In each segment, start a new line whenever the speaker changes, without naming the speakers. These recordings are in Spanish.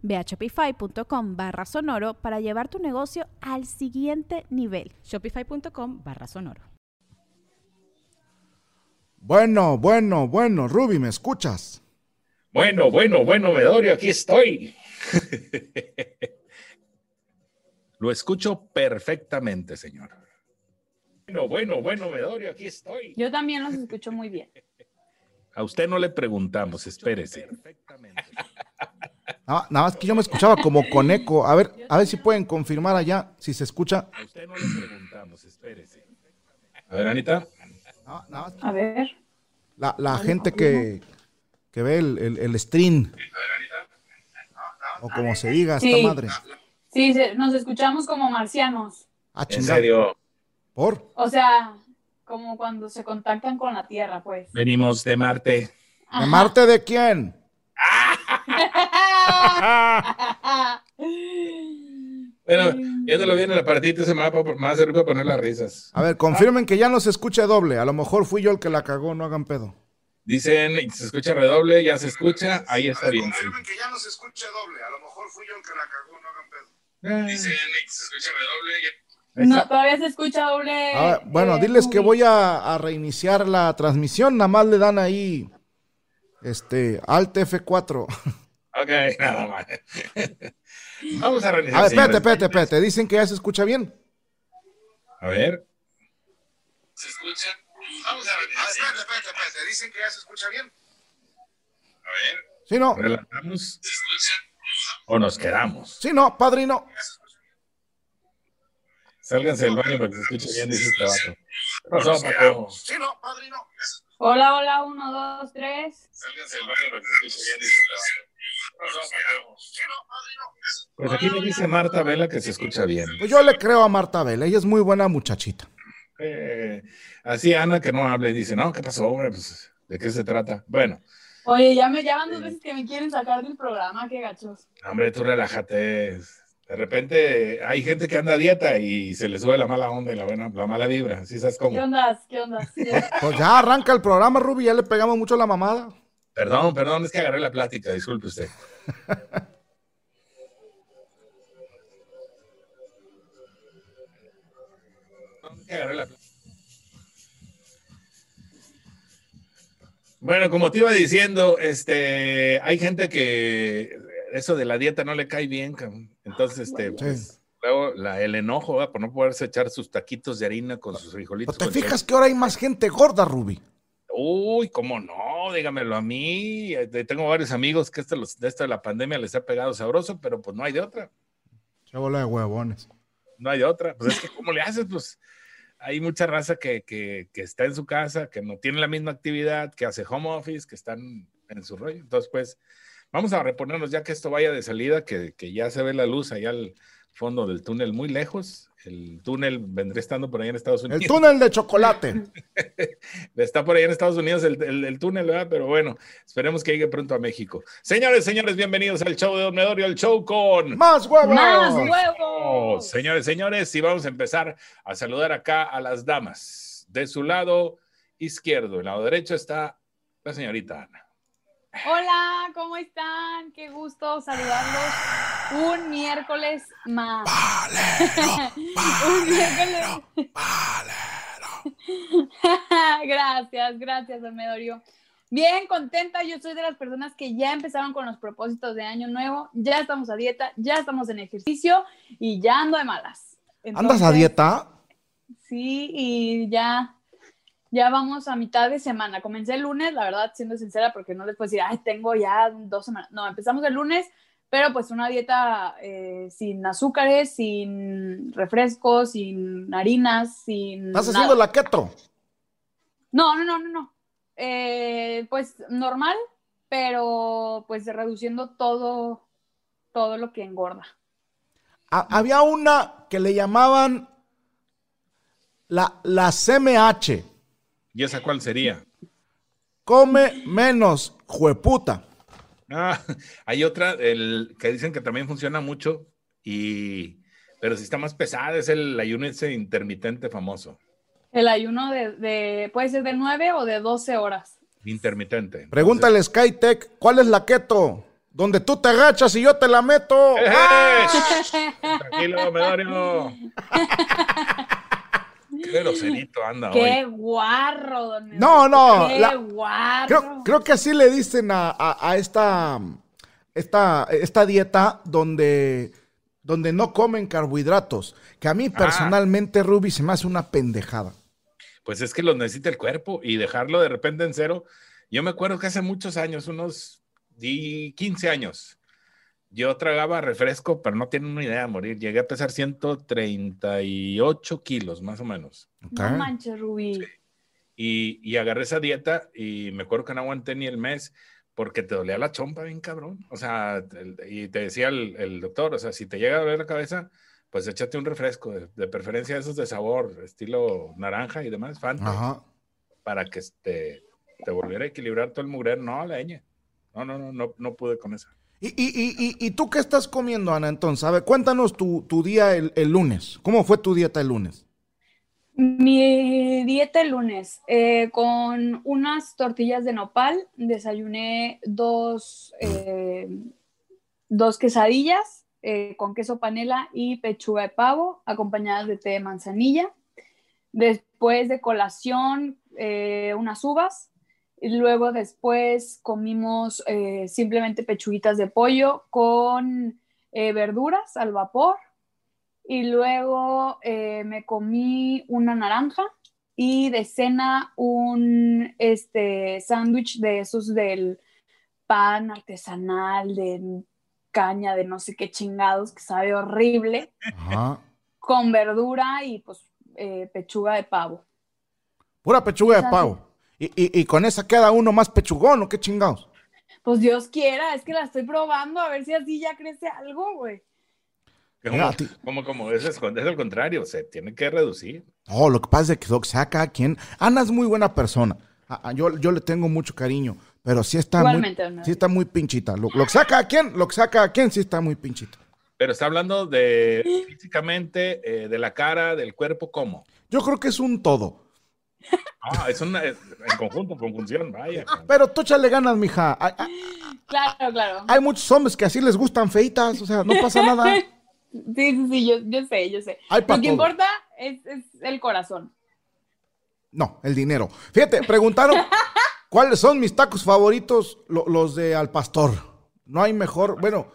Ve a shopify.com barra sonoro para llevar tu negocio al siguiente nivel.
Shopify.com barra sonoro.
Bueno, bueno, bueno, Ruby, ¿me escuchas?
Bueno, bueno, bueno, Medorio, aquí estoy. Lo escucho perfectamente, señor. Bueno, bueno, bueno, Medorio, aquí estoy.
Yo también los escucho muy bien.
A usted no le preguntamos, espérese. Perfectamente.
Nada, Ah, nada más que yo me escuchaba como con eco. A ver, a ver si pueden confirmar allá si se escucha.
A usted no le preguntamos, espérese. A ver, Anita.
Nada- nada más que-
A ver.
La, la gente que, que ve el, el- el stream. O como se diga, esta
Sí.
madre.
Sí, se- nos escuchamos como marcianos.
Ah,
En
chingada.
serio,
¿Por?
O sea, como cuando se contactan con la Tierra, pues.
venimos de Marte.
¿De Marte de quién?
Bueno, viéndolo bien en la partita se me va a po- más arriba poner las risas.
A ver, confirmen que ya no se escucha doble. A lo mejor fui yo el que la cagó, no hagan pedo.
Dicen, se escucha redoble, ya se escucha, ahí está bien. sí.
que ya no se escucha doble. A lo mejor fui yo el que la cagó, no hagan pedo.
Ah,
se escucha redoble.
ahí
No,
está.
todavía se escucha doble.
bueno,
eh,
diles que
Ruby.
voy a, a reiniciar la transmisión. Nada más le dan ahí. Este, Alt F4.
Ok, nada más. Vamos a revisar.
A ver, espérate, espérate, espérate. Dicen que ya se escucha bien.
A ver.
¿Se escucha? Vamos a ver. espérate, espérate, espérate. Dicen que ya se escucha bien. A ver. Sí, no.
¿Relatamos? ¿O nos quedamos?
Sí, no, padrino.
Sálganse del baño para que se escuche bien, dice este vato. ¿Qué pasó, Paco?
Sí, no, padrino.
Hola, hola, uno, dos, tres.
Sálganse del baño para que se escuche bien, dice este vato. ¿Qué pasó, Paco? Pues aquí me dice Marta Vela que se escucha bien.
Pues yo le creo a Marta Vela. Ella es muy buena muchachita.
Eh, así Ana que no hable, dice, no, ¿qué pasó, hombre? Pues, ¿de qué se trata? Bueno,
Oye, ya me llaman dos veces que me quieren sacar del programa, qué gachos.
hombre, tú relájate. De repente hay gente que anda a dieta y se le sube la mala onda y la, buena, la mala vibra. ¿Sí sabes
¿Qué
cómo?
ondas? ¿Qué ondas?
Pues ya arranca el programa, Ruby. Ya le pegamos mucho la mamada.
Perdón, perdón, es que agarré la plática, disculpe usted. Perdón, es que agarré la pl- Bueno, como te iba diciendo, este, hay gente que eso de la dieta no le cae bien, cabrón. entonces,
Ah,
este, pues, luego la, el enojo ¿verdad? por no poderse echar sus taquitos de harina con sus frijolitos.
Pero Pues te
con
fijas que ahora hay más gente gorda, Ruby.
Uy, cómo no, dígamelo a mí. eh, te- Tengo varios amigos que esto, los, de esto de la pandemia les ha pegado sabroso, pero pues no hay de otra.
Qué bola de huevones.
No hay de otra. Pues es que, ¿cómo le haces? Pues hay mucha raza que, que, que está en su casa, que no tiene la misma actividad, que hace home office, que están en su rollo. Entonces, pues, vamos a reponernos ya que esto vaya de salida, que, que ya se ve la luz allá al fondo del túnel, muy lejos. El túnel vendré estando por ahí en Estados Unidos.
El túnel de chocolate.
Está por ahí en Estados Unidos el, el- el túnel, ¿verdad? Pero bueno, esperemos que llegue pronto a México. Señores, señores, bienvenidos al show de Don Medorio, el show con...
Más huevos.
¡Más
Oh,
huevos!
señores, señores, y vamos a empezar a saludar acá a las damas. De su lado izquierdo, en lado derecho está la señorita Ana.
Hola, ¿cómo están? Qué gusto saludarlos un miércoles más. un miércoles. gracias, gracias, don Medorio. Bien contenta, yo soy de las personas que ya empezaron con los propósitos de año nuevo, ya estamos a dieta, ya estamos en ejercicio y ya ando de malas.
¿Andas a
Entonces,
dieta?
Sí, y ya ya vamos a mitad de semana. Comencé el lunes, la verdad, siendo sincera, porque no les puedo decir, ay, tengo ya dos semanas. No, empezamos el lunes, pero pues una dieta eh, sin azúcares, sin refrescos, sin harinas, sin.
Estás
nada.
haciendo la keto.
No, no, no, no, no. Eh, pues normal, pero pues reduciendo todo, todo lo que engorda.
Ha- había una que le llamaban la, la CMH.
¿Y esa cuál sería?
Come menos, jueputa.
Ah, hay otra el, que dicen que también funciona mucho, y, pero si está más pesada, es el ayuno ese intermitente famoso.
El ayuno de, de- puede ser de 9 o de 12 horas.
Intermitente.
Pregúntale Skytech, ¿cuál es la keto? Donde tú te agachas y yo te la meto.
¡Eh, eh! Tranquilo, Medorio. Qué groserito anda
¡Qué
hoy.
guarro, don Eduardo!
No, no,
¡Qué
la-
guarro!
Creo, creo que así le dicen a, a- a esta, esta, esta dieta donde, donde no comen carbohidratos. Que a mí personalmente, Ruby, se me hace una pendejada.
Pues es que los necesita el cuerpo y dejarlo de repente en cero. Yo me acuerdo que hace muchos años, unos di- 15 años, yo tragaba refresco, pero no tienen una idea de morir. Llegué a pesar 138 kilos, más o menos.
No manches, Rubí.
Y, y agarré esa dieta y me acuerdo que no aguanté ni el mes porque te dolía la chompa bien cabrón. O sea, el- y te decía el, el doctor, o sea, si te llega a doler la cabeza, pues échate un refresco, de, de preferencia esos de sabor, estilo naranja y demás, Fanta,
Ajá.
para que este, te volviera a equilibrar todo el mugrero. No, la leña. No, no, no, no, no pude con esa.
¿Y, y, y, y, y tú qué estás comiendo, Ana? Entonces, a ver, cuéntanos tu, tu día el, el lunes. ¿Cómo fue tu dieta el lunes?
Mi dieta el lunes, eh, con unas tortillas de nopal, desayuné dos, eh, dos quesadillas eh, con queso panela y pechuga de pavo, acompañadas de té de manzanilla. Después de colación, eh, unas uvas. Y luego después comimos eh, simplemente pechuguitas de pollo con eh, verduras al vapor y luego eh, me comí una naranja y de cena un este sándwich de esos del pan artesanal de caña de no sé qué chingados que sabe horrible
Ajá.
con verdura y pues eh, pechuga de pavo
Pura pechuga de pavo. Y, y, y con esa queda uno más pechugón, ¿o qué chingados?
pues Dios quiera es que la estoy probando a ver si así ya crece algo güey
Mira,
Como,
a Ah, ti-
como, como es, es al contrario, se tiene que reducir.
Oh, lo que pasa es que Doc saca a quien. Ana es muy buena persona. A- a- yo, yo le tengo mucho cariño, pero sí está muy,
Igualmente, don Mario.
sí está muy pinchita. Lo, lo que saca a quien, lo que saca a quien sí está muy pinchita.
Pero está hablando de físicamente, eh, de la cara, del cuerpo, ¿cómo?
Yo creo que es un todo.
Ah, es una es- en conjunto, con función, vaya.
Pero tú échale ganas, mija. Hay, hay-
claro claro
hay muchos hombres que así les gustan feitas, o sea, no pasa nada.
sí sí sí yo, yo sé yo sé
Hay pa'
lo que
todo.
importa es- es el corazón
No, el dinero. Fíjate, preguntaron cuáles son mis tacos favoritos, lo- los de al pastor. No hay mejor. Bueno,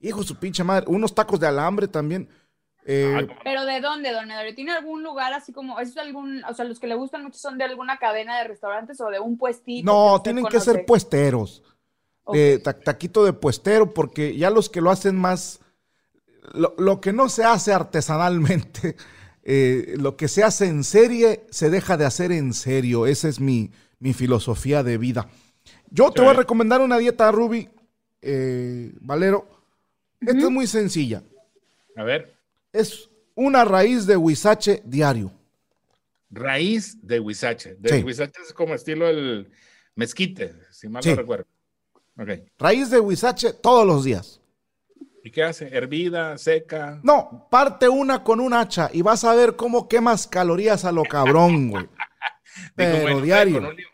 hijo de su pinche madre, unos tacos de alambre también. Eh,
Ah, como-
¿Pero de dónde, don Edorio? ¿Tiene algún lugar así como, es algún, o sea, los que le gustan mucho son de alguna cadena de restaurantes o de un puestito?
No,
usted
tienen que
conoce?
ser puesteros.
Ok.
De ta- taquito de puestero, porque ya los que lo hacen más. Lo, lo que no se hace artesanalmente, eh, lo que se hace en serie, se deja de hacer en serio. Esa es mi, mi filosofía de vida. Yo te
Sí.
voy a recomendar una dieta, Ruby, eh, Valero. Esta es muy sencilla.
a ver,
Es una raíz de huizache diario.
raíz de huizache. De
Sí.
huizache es como estilo el mezquite, si mal
Sí.
no recuerdo. Ok.
Raíz de huizache todos los días.
¿Y qué hace? ¿Hervida, seca?
No, parte una con un hacha y vas a ver cómo quemas calorías a lo cabrón, güey.
Digo,
Pero
bueno,
diario.
Con un, lim-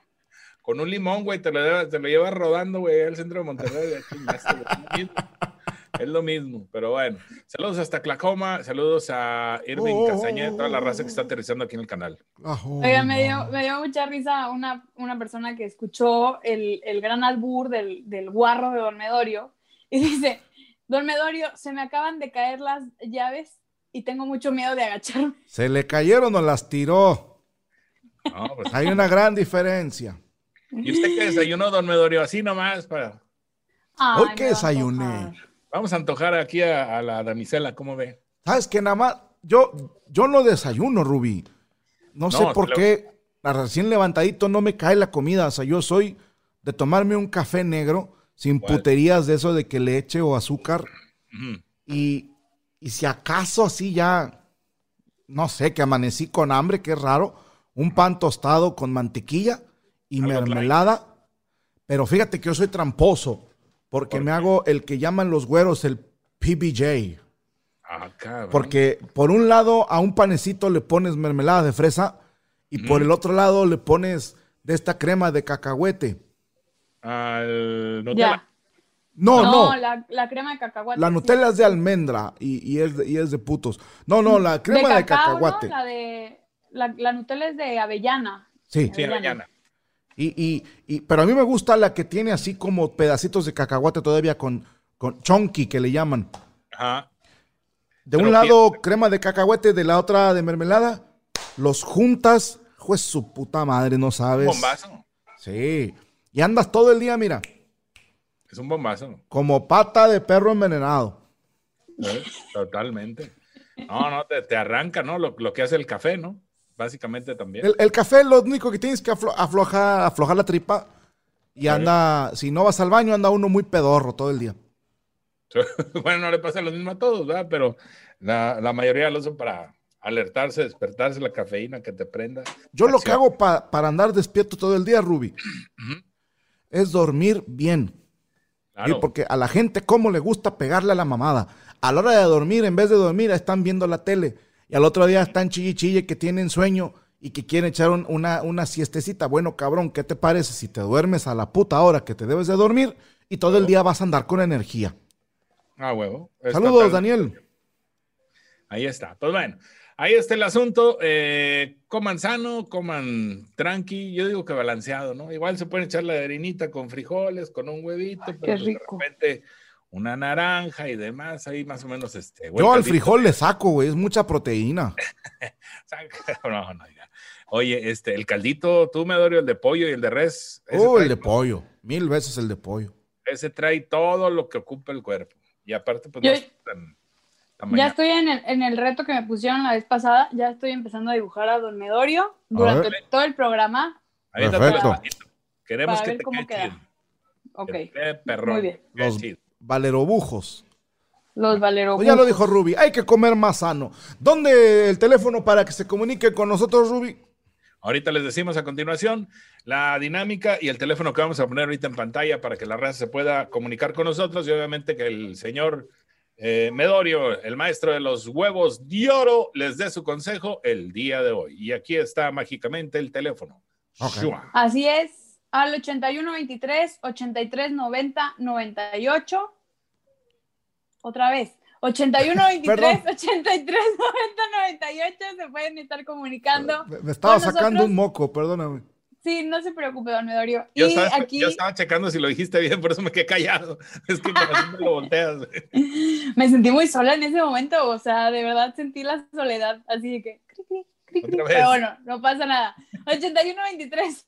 con un limón, güey, te lo, llevas- te lo llevas rodando, güey, al centro de Monterrey. ya chingaste, güey. Es lo mismo. Es lo mismo, pero bueno. Saludos hasta Clacoma, saludos a Irving
Oh, oh,
Castañeda, toda la raza que está
oh, oh.
aterrizando aquí en el canal.
Ajú,
Oiga, me dio,
Oh, no.
me dio mucha risa una, una persona que escuchó el, el gran albur del, del guarro de Don Medorio y dice, Don Medorio, se me acaban de caer las llaves y tengo mucho miedo de agacharme.
Se le cayeron o las tiró.
No, pues,
Hay una gran diferencia.
¿Y usted qué desayunó, don Medorio? Así nomás para...
Ay,
Hoy
me
que
va a
desayuné.
antojar.
Vamos a antojar aquí a, a la damisela, ¿cómo ve?
¿Sabes que Nada más, yo, yo no desayuno, Rubí. No, sé
No,
por
claro.
qué, a recién levantadito no me cae la comida. O sea, yo soy de tomarme un café negro sin
Igual.
puterías de eso de que leche o azúcar.
Ujú.
Y, y si acaso así ya, no sé, que amanecí con hambre, que es raro, un pan tostado con mantequilla y
Algo light.
mermelada. Pero fíjate que yo soy tramposo, porque
¿Por
me
qué?
hago el que llaman los güeros el PBJ.
Ah, cabrón.
Porque por un lado a un panecito le pones mermelada de fresa y por el otro lado le pones de esta crema de cacahuete.
Al Nutella.
Ya.
No,
No,
no. La,
La, la crema de cacahuate.
Nutella es de almendra y, y es de, y es de putos. No, no, la crema de,
cacao, ¿no?
cacahuate.
La, de, la, la Nutella es de avellana.
Sí.
Sí, mañana.
Y, y- y- pero a mí me gusta la que tiene así como pedacitos de cacahuate todavía con, con chonky que le llaman.
Ajá.
De
Pero
un lado crema de cacahuete, de la otra de mermelada. Los juntas, juez su puta madre, no
Un
sabes.
bombazo.
Sí. Y andas todo el día, mira,
Es un bombazo.
como pata de perro envenenado.
¿eh? Totalmente. No, no, te, te arranca, ¿no? Lo, lo que hace el café, ¿no? Básicamente también.
El, el café lo único que tienes que aflo- aflojar, aflojar la tripa y anda, si no vas al baño, anda uno muy pedorro todo el día.
Bueno, no le pasa lo mismo a todos, ¿verdad? Pero la, la mayoría lo usan para alertarse, despertarse, la cafeína que te prenda.
Yo lo que
Acción.
hago pa- para andar despierto todo el día, Ruby, es dormir bien. ¿sí?
Claro.
Porque a la gente como le gusta pegarle a la mamada. A la hora de dormir, en vez de dormir, están viendo la tele. Y al otro día están chille chille que tienen sueño y que quieren echar un- una, una siestecita. Bueno, cabrón, ¿qué te parece si te duermes a la puta hora que te debes de dormir y todo el día vas a andar con energía?
Ah, huevo. Está
Saludos,
tan-
Daniel.
Ahí está. Pues bueno, ahí está el asunto. Eh, coman sano, coman tranqui. Yo digo que balanceado, ¿no? Igual se pueden echar la harinita con frijoles, con un huevito,
Ay, qué
pero pues,
rico.
de repente una naranja y demás. Ahí más o menos este.
Yo al
vueltadito.
frijol le saco, güey, es mucha proteína.
Saca- No, no, ya. Oye, este, el caldito, tú me el de pollo y el de res. Ese,
Oh,
trae,
el de pollo. Mil veces el de pollo.
ese trae todo lo que ocupa el cuerpo. Y aparte, pues
Yo-
no es tan,
Ya
tan mañana.
estoy en el, en el reto que me pusieron la vez pasada. Ya estoy empezando a dibujar a Don Medorio durante todo el programa.
Ahí está
Perfecto.
tu caldito. Queremos
Para
que
ver
te
cómo
quede
queda.
chido.
Ok,
Que te quede perrón,
Muy bien.
que quede
Los-
chido.
Valerobujos.
los valeros.
Pues ya lo dijo Ruby, hay que comer más sano. ¿Dónde el teléfono para que se comunique con nosotros, Ruby?
Ahorita les decimos a continuación la dinámica y el teléfono que vamos a poner ahorita en pantalla para que la raza se pueda comunicar con nosotros y obviamente que el señor eh, Medorio, el maestro de los huevos de oro, les dé su consejo el día de hoy. Y aquí está mágicamente el teléfono.
Ok.
Shua.
Así es, al 8123 8390 98. Otra vez. 8123 8390 98 se pueden estar comunicando.
Me, me estaba
Con
sacando
nosotros-
un moco, perdóname.
Sí, no se preocupe, don Medorio.
Yo,
y
estaba,
aquí
yo estaba checando si lo dijiste bien, por eso me quedé callado. Es que como siempre lo volteas.
me sentí muy sola en ese momento, o sea, de verdad sentí la soledad, así de que cri, cri, cri, cri.
Otra vez.
pero bueno, no pasa nada. 81 23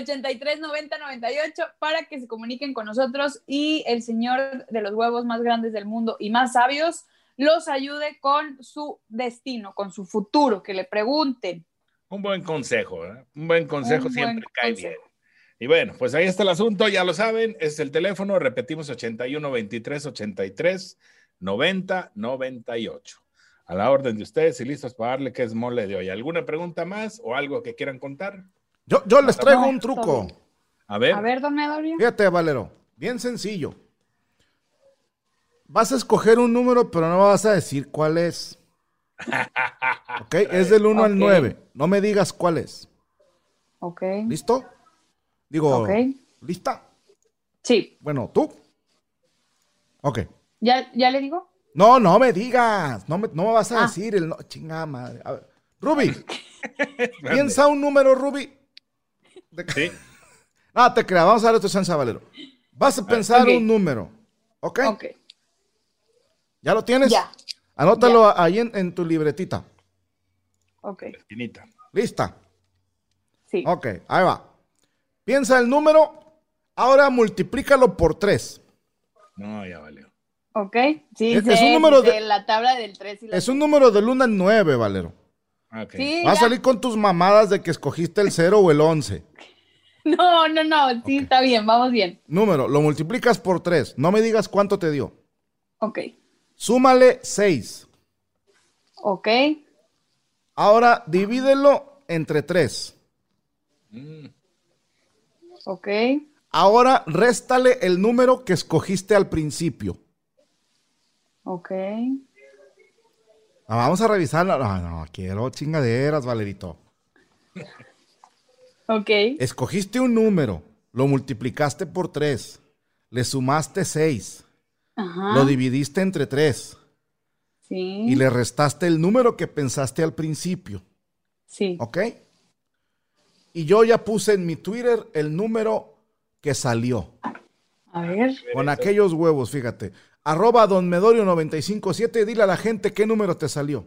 83 90 98 para que se comuniquen con nosotros y el señor de los huevos más grandes del mundo y más sabios los ayude con su destino, con su futuro, que le pregunten.
Un buen consejo, ¿verdad? Un buen consejo
Un
siempre
buen
cae
consejo.
bien. Y bueno, pues ahí está el asunto, ya lo saben, es el teléfono, repetimos 81 23 83 90 98. A la orden de ustedes y listos para darle que es mole de hoy. ¿Alguna pregunta más o algo que quieran contar?
Yo, yo les traigo
No,
un truco.
todo.
A ver,
A ver, don Medorio.
Fíjate, Valero, bien sencillo. Vas a escoger un número, pero no vas a decir cuál es. ¿Ok? Es del 1 al
Ok.
9. No me digas cuál es.
Ok.
¿Listo? Digo,
Ok.
¿lista?
Sí,
Bueno, tú. Ok.
ya, ya le digo.
No, no me digas. No me, no me vas a
Ah.
decir el. No, chingada madre. A ver, Ruby, piensa un número, Ruby. De-
sí,
No, te creas. Vamos a darle tu chance a Valero. Vas a pensar
Ah, Ok.
un número. ¿Ok?
Ok.
¿Ya lo tienes?
Ya.
Anótalo ahí en, en tu libretita.
Ok.
esquinita.
Lista.
Sí.
Ok, ahí va. Piensa el número, ahora multiplícalo por tres.
No, ya valió.
Ok. Sí,
Es-
sé,
es un número
sé
de-
la tabla del 3 y la
Es un número del 1 al 9, Valero.
Ah, ok.
Sí,
Vas a
ya.
salir con tus mamadas de que escogiste el 0 o el 11.
No, no, no. Sí, está bien, vamos bien.
Número, lo multiplicas por 3. No me digas cuánto te dio.
Ok.
Súmale 6.
Ok.
Ahora divídelo entre 3.
Mm,
Ok.
Ahora réstale el número que escogiste al principio.
Ok.
Ah, vamos a revisar. No, no, quiero chingaderas, Valerito.
Ok.
Escogiste un número, lo multiplicaste por 3, le sumaste 6,
Ajá.
lo dividiste entre 3
sí.
y le restaste el número que pensaste al principio.
Sí.
¿Ok? Y yo ya puse en mi Twitter el número que salió.
A ver.
Con aquellos huevos, fíjate. Arroba Don Medorio 957, dile a la gente qué número te salió.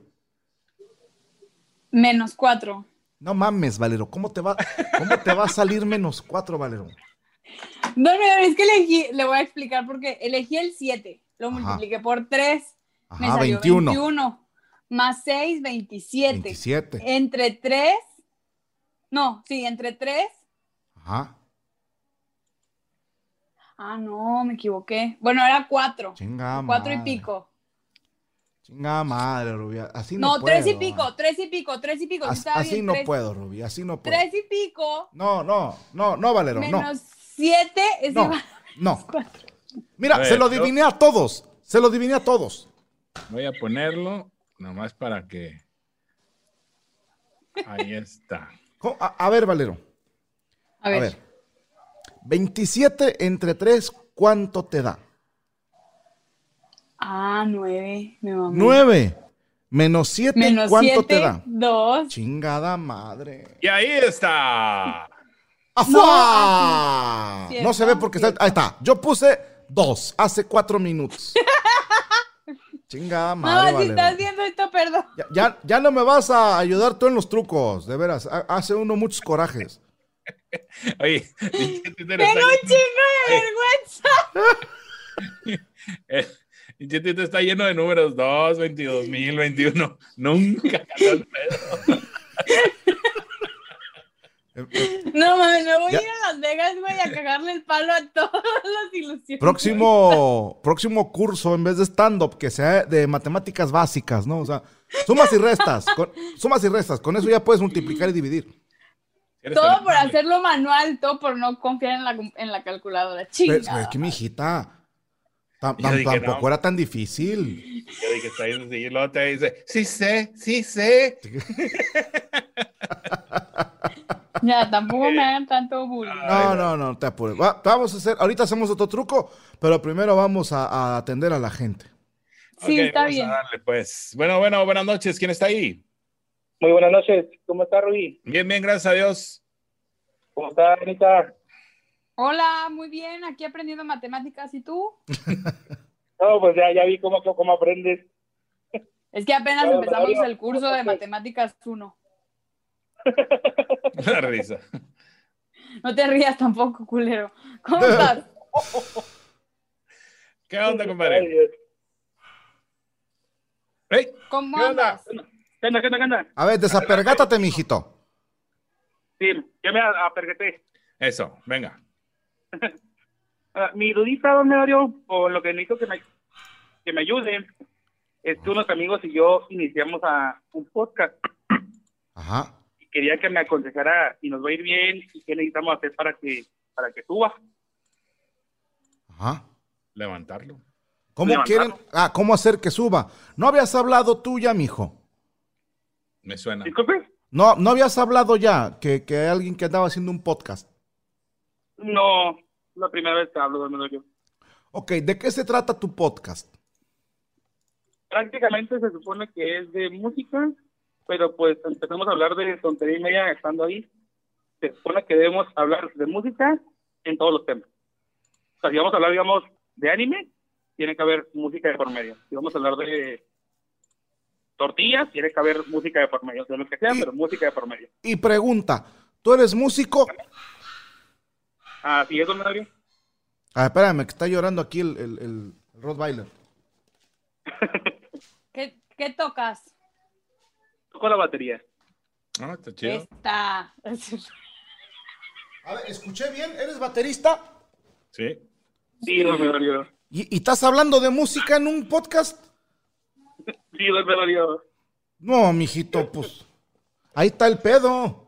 Menos 4.
No mames, Valero, ¿cómo te va, cómo te va a salir menos 4, Valero?
No, no, es que elegí, le voy a explicar porque elegí el 7, lo
Ajá.
multipliqué por 3, me
Ajá,
salió
21.
21. más 6, 27.
27.
Entre 3, no, sí, entre 3,
Ajá,
ah, no, me equivoqué. Bueno, era 4,
chinga
4 y
madre.
pico.
Chinga madre, Rubia. Así no,
No, 3 y
puedo,
pico,
ah.
3 y pico, 3 y pico. sí
As-
estaba
así
bien,
no
tres-
puedo, Rubia, así no puedo.
3 y pico
No, no, no, no, Valero,
menos 7 es
no. No,
igual
no.
a 4.
Mira,
A ver,
se lo
yo-
adiviné a todos. Se lo adiviné a todos.
Voy a ponerlo nomás para que. Ahí está.
Co- A, a ver, Valero.
A ver,
27 entre 3, ¿cuánto te da?
ah, 9, mi mamá.
9 menos 7,
Menos
¿cuánto
7,
te da?
2.
Chingada madre.
Y ahí está.
¡Afua!
ah,
No,
sí.
se ve porque está.
Cierto,
Ahí está. Yo puse 2 hace 4 minutos. Chingada madre.
no, si
Valero.
estás viendo esto, perdón.
Ya, ya- ya no me vas a ayudar tú en los trucos, de veras. Ha- Hace uno muchos corajes.
Oye, pinche Twitter
Tengo
está
un
lleno-
chingo de vergüenza.
eh, pinche Twitter está lleno de números 2, 22 mil, 21. Nunca ganó el pedo.
Eh, eh,
No, mames, me voy
Ya.
a ir a Las Vegas, güey, a cagarle el palo a todas las ilusiones.
próximo, próximo curso, en vez de stand-up, que sea de matemáticas básicas, ¿no? O sea, sumas y restas. con- sumas y restas. Con eso ya puedes multiplicar y dividir.
Eres
Todo por
terrible.
hacerlo manual, todo por no confiar en la, com- en la calculadora.
Pero,
Chinga.
pero es que mi hijita, tam-
Yo
tam-
dije,
tampoco
no.
era tan difícil.
Yo dije, está bien sencillo. Y luego te dice, sí sé, sí sé.
Ya, tampoco me hagan tanto bullying.
No, no, no, te apures. Va- vamos a hacer, ahorita hacemos otro truco, pero primero vamos a- a atender a la gente.
Sí,
Ok,
está
vamos a
bien.
darle, pues. Bueno, bueno, buenas noches. ¿Quién está ahí?
Muy buenas noches. ¿Cómo está, Rubí?
Bien, bien, gracias a Dios.
¿Cómo está, Anita?
Hola, muy bien, aquí aprendiendo matemáticas. ¿Y tú?
No, pues ya, ya vi cómo, cómo, cómo aprendes.
Es que apenas
Hola,
empezamos
Mario.
el curso de matemáticas 1.
La risa.
No te rías tampoco, culero. ¿Cómo estás?
¿Qué onda,
Ay,
compadre?
Dios.
¡Ey!
¿Cómo
¿Qué onda?
andas?
¿Qué onda, qué onda, qué onda?
A ver, desapergátate, mijito.
Sí, ya me a- apergeté.
Eso, venga.
Ah, Mi dudita, don Mario, o lo que necesito que me, que me ayude, es que unos amigos y yo iniciamos a un podcast
Ajá.
y quería que me aconsejara si nos va a ir bien y qué necesitamos hacer para que, para que suba.
Ajá.
Levantarlo.
¿Cómo
Levantarlo.
quieren? Ah, ¿cómo hacer que suba? ¿No habías hablado tú ya, mijo?
Me suena.
Disculpe.
No, no habías hablado ya que, que hay alguien que andaba haciendo un podcast.
No, es la primera vez que hablo, don Mario.
Ok, ¿de qué se trata tu podcast?
prácticamente se supone que es de música, pero pues empezamos a hablar de tontería y media estando ahí. Se supone que debemos hablar de música en todos los temas. O sea, si vamos a hablar, digamos, de anime, tiene que haber música de por medio. Si vamos a hablar de tortillas, tiene que haber música de por medio. De lo que sea,
Y-
pero música de por medio.
Y pregunta, ¿Tú eres músico?
Así es, don Mario.
Ah, espérame, que está llorando aquí el, el, el Rottweiler.
¿Qué, qué tocas?
Toco la batería.
Ah, está chido.
Esta.
A ver, escuché bien, ¿eres baterista?
Sí.
Sí, don Mario.
¿Y, y estás hablando de música en un podcast?
Sí, don Mario.
No, mijito, pues. Ahí está el pedo.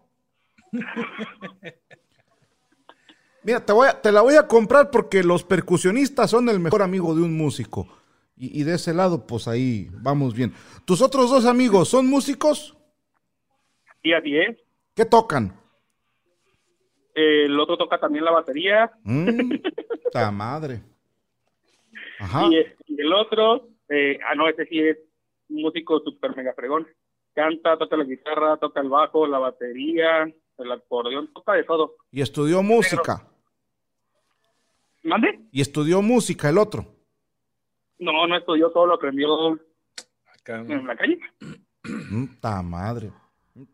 Mira, te, voy a- te la voy a comprar porque los percusionistas son el mejor amigo de un músico. Y, y de ese lado, pues ahí vamos bien. ¿Tus otros dos amigos son músicos?
Sí, así es.
¿Qué tocan?
El otro toca también la batería.
Mm, ta madre. Ajá.
Y, eh, y el otro, eh, ah, no, ese sí es músico super mega fregón. Canta, toca la guitarra, toca el bajo, la batería, el acordeón, toca de todo.
Y estudió música.
¿Mande?
Y estudió música el otro.
No, no estudió todo, lo aprendió
Acá,
en la calle.
Mm, ta madre.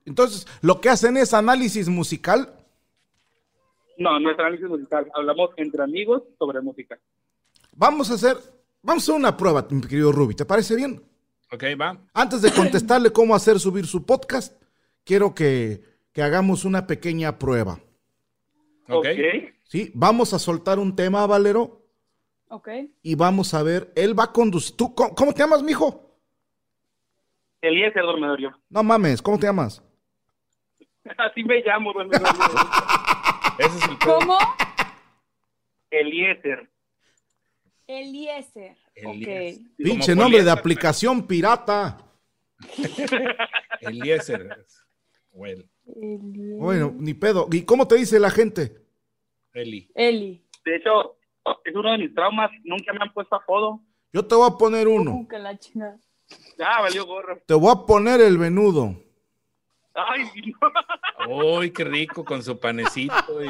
Entonces, lo que hacen es análisis musical.
No, no es análisis musical. Hablamos entre amigos sobre música.
Vamos a hacer, vamos a hacer una prueba, mi querido Ruby. ¿Te parece bien?
Ok, va.
Antes de contestarle cómo hacer subir su podcast, quiero que, que hagamos una pequeña prueba.
Ok.
Ok.
¿sí? Vamos a soltar un tema, Valero,
Ok.
y vamos a ver. Él va a conducir. ¿Tú, cómo, cómo te llamas, mijo?
Eliezer Dormedorio.
No mames, ¿cómo te llamas?
Así me llamo, Dormedorio.
Ese es el pedo.
¿Cómo?
Eliezer.
Eliezer.
Eliezer.
Ok.
Como
Pinche nombre de
poliéster,
aplicación pirata.
Eliezer. Well,
Mm.
Eli.
Bueno, ni pedo. ¿Y cómo te dice la gente?
Eli.
Eli.
De hecho, es uno de mis traumas. Nunca me han puesto apodo.
Yo te voy a poner uno.
Uh, que la chingada.
Ah, valió gorro.
Te voy a poner el venudo.
Ay, no.
¡Uy, qué rico! Con su panecito y.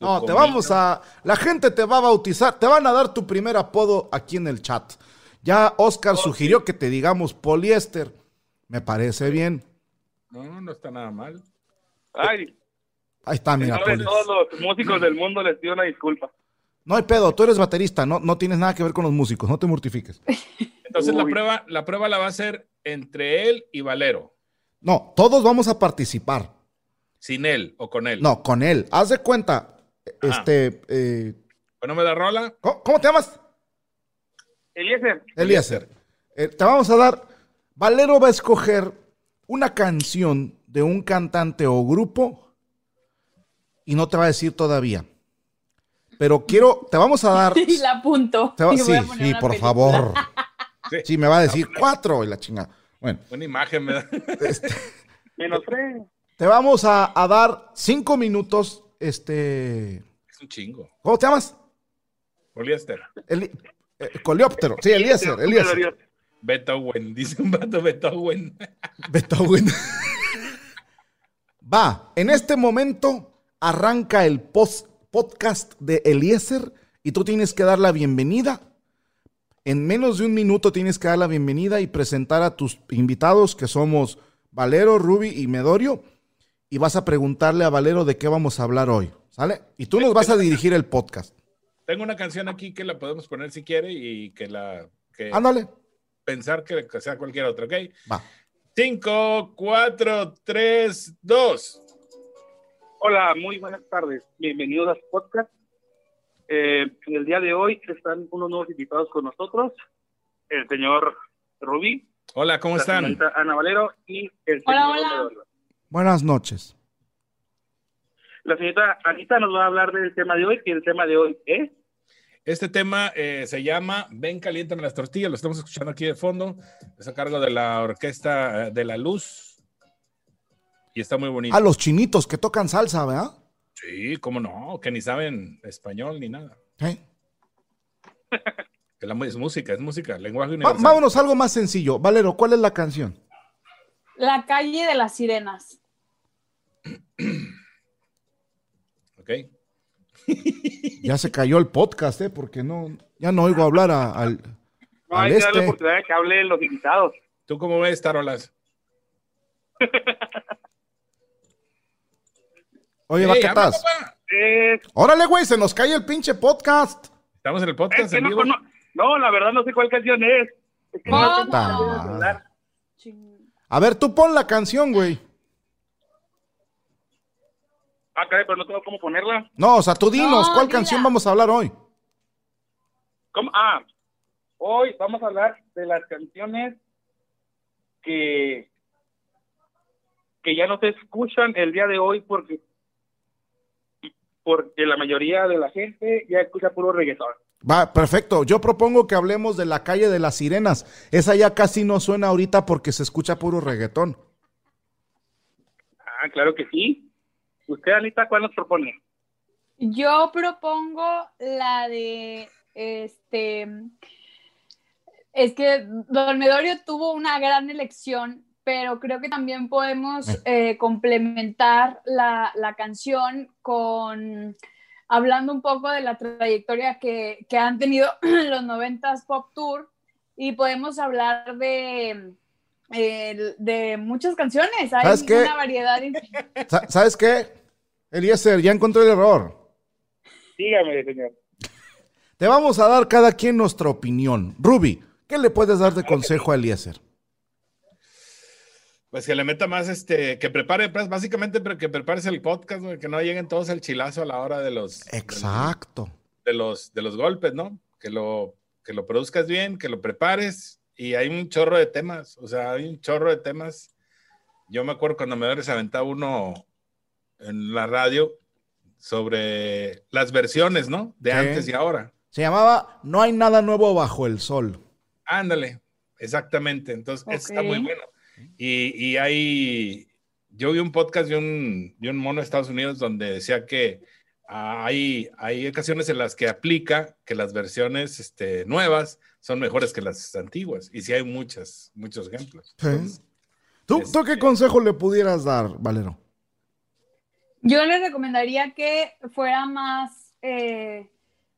No, te vamos a. La gente te va a bautizar, te van a dar tu primer apodo aquí en el chat. Ya Oscar sugirió que te digamos poliéster. Me parece bien.
No, no está nada mal.
Ay,
Ahí está,
en
mira,
nombre de
poliéster.
todos los músicos del mundo les pido una disculpa.
No hay pedo, tú eres baterista, no, no tienes nada que ver con los músicos, no te mortifiques.
Entonces la
Uy.
prueba, la prueba la va a hacer entre él y Valero.
No, todos vamos a participar.
Sin él o con él.
No, con él. Haz de cuenta, este. eh,
Bueno, me da rola.
¿cómo, cómo te llamas?
Eliezer,
Eliezer. Eh, te vamos a dar. Valero va a escoger una canción de un cantante o grupo y no te va a decir todavía. Pero quiero, te vamos a dar.
Y la apunto.
te va-
Y
sí,
voy a poner
sí,
una
por
película.
favor.
Sí.
Sí, me va a decir cuatro y la chingada. Bueno,
Una imagen me da.
Este.
menos tres.
te vamos a, a dar cinco minutos. Este.
Es un chingo.
¿Cómo te llamas?
Poliéster.
Eli- eh, Coleóptero. Sí, Eliezer, Eliezer.
Beethoven. Dice un vato Beethoven.
Beethoven. Va, en este momento arranca el pos- podcast de Eliezer y tú tienes que dar la bienvenida. En menos de un minuto tienes que dar la bienvenida y presentar a tus invitados que somos Valero, Ruby y Medorio. Y vas a preguntarle a Valero de qué vamos a hablar hoy, ¿sale? Y tú nos vas a dirigir el podcast.
Tengo una canción aquí que la podemos poner si quiere y que la. Que
Ándale,
pensar que, que sea cualquier otra, ¿ok?
va.
Cinco, cuatro, tres, dos.
Hola, Ah, muy buenas tardes. Bienvenidos a su podcast. Eh, en el día de hoy están unos nuevos invitados con nosotros, el señor Rubí,
Hola, ¿cómo
la
están?
señorita Ana Valero y el
Hola,
señor
hola.
Medorio.
Buenas noches.
La señorita Anita nos va a hablar del tema de hoy, que el tema de hoy es
Este tema eh, se llama Ven, caliéntame las tortillas. Lo estamos escuchando aquí de fondo. Es a cargo de la Orquesta eh, de la Luz. Y está muy bonito.
A los chinitos que tocan salsa, ¿verdad?
Sí, cómo no, que ni saben español ni nada.
¿Eh?
Que la mu- es música, es música, lenguaje
Va-
universal.
vámonos a algo más sencillo. Valero, ¿cuál es la canción?
La calle de las sirenas.
Ok.
Ya se cayó el podcast, ¿eh? Porque no, ya no oigo hablar a- al,
No
al
hay que darle
este.
oportunidad de que hablen los invitados.
¿Tú cómo ves, Tarolas?
Oye,
Ey, habla,
Baquetas.
papá.
Eh,
Órale, güey, se nos cae el pinche podcast.
Estamos en el
es
podcast
que
en
no,
vivo.
cono- no, la verdad no sé cuál canción es. Es que no
Ah.
tengo
Puta
el
madre.
celular.
Ching-
A ver, tú pon la canción, güey.
Ah, caray, pero no tengo cómo ponerla.
No, o sea, tú dinos,
No,
¿cuál
dila.
canción vamos a hablar hoy?
¿Cómo? Ah, hoy vamos a hablar de las canciones que, que ya no se escuchan el día de hoy porque, porque la mayoría de la gente ya escucha puro reggaetón.
Va, perfecto. Yo propongo que hablemos de la calle de las sirenas. Esa ya casi no suena ahorita porque se escucha puro reggaetón.
Ah, claro que sí. Usted, Anita, ¿cuál nos propone?
Yo propongo la de este. Es que Don Medorio tuvo una gran elección, pero creo que también podemos eh, complementar la, la canción con hablando un poco de la trayectoria que, que han tenido los 90s Pop Tour y podemos hablar de, eh, de muchas canciones. Hay
¿Sabes qué?
una variedad. in-
Sa- ¿Sabes qué? Eliezer, ya encontré el error.
Dígame, señor.
Te vamos a dar cada quien nuestra opinión. Ruby, ¿qué le puedes dar de consejo a Eliezer?
Pues que le meta más, este, que prepare, pues, básicamente, pero que prepares el podcast, güey, que no lleguen todos al chilazo a la hora de los, de los-
Exacto.
de los, de los golpes, ¿no? Que lo, que lo produzcas bien, que lo prepares. Y hay un chorro de temas, o sea, hay un chorro de temas. Yo me acuerdo cuando me les aventaba uno en la radio sobre las versiones, ¿no? De
Sí.
antes y ahora.
Se llamaba No hay nada nuevo bajo el sol.
Ándale, exactamente. Entonces, eso está muy
Ok.
bueno. Y, y hay, yo vi un podcast de un, de un mono de Estados Unidos donde decía que ah, hay, hay ocasiones en las que aplica que las versiones este, nuevas son mejores que las antiguas. Y sí hay muchas, muchos ejemplos.
Sí.
Entonces,
Pues, ¿Tú, tú qué consejo le pudieras dar, Valero?
Yo le recomendaría que fuera más, eh,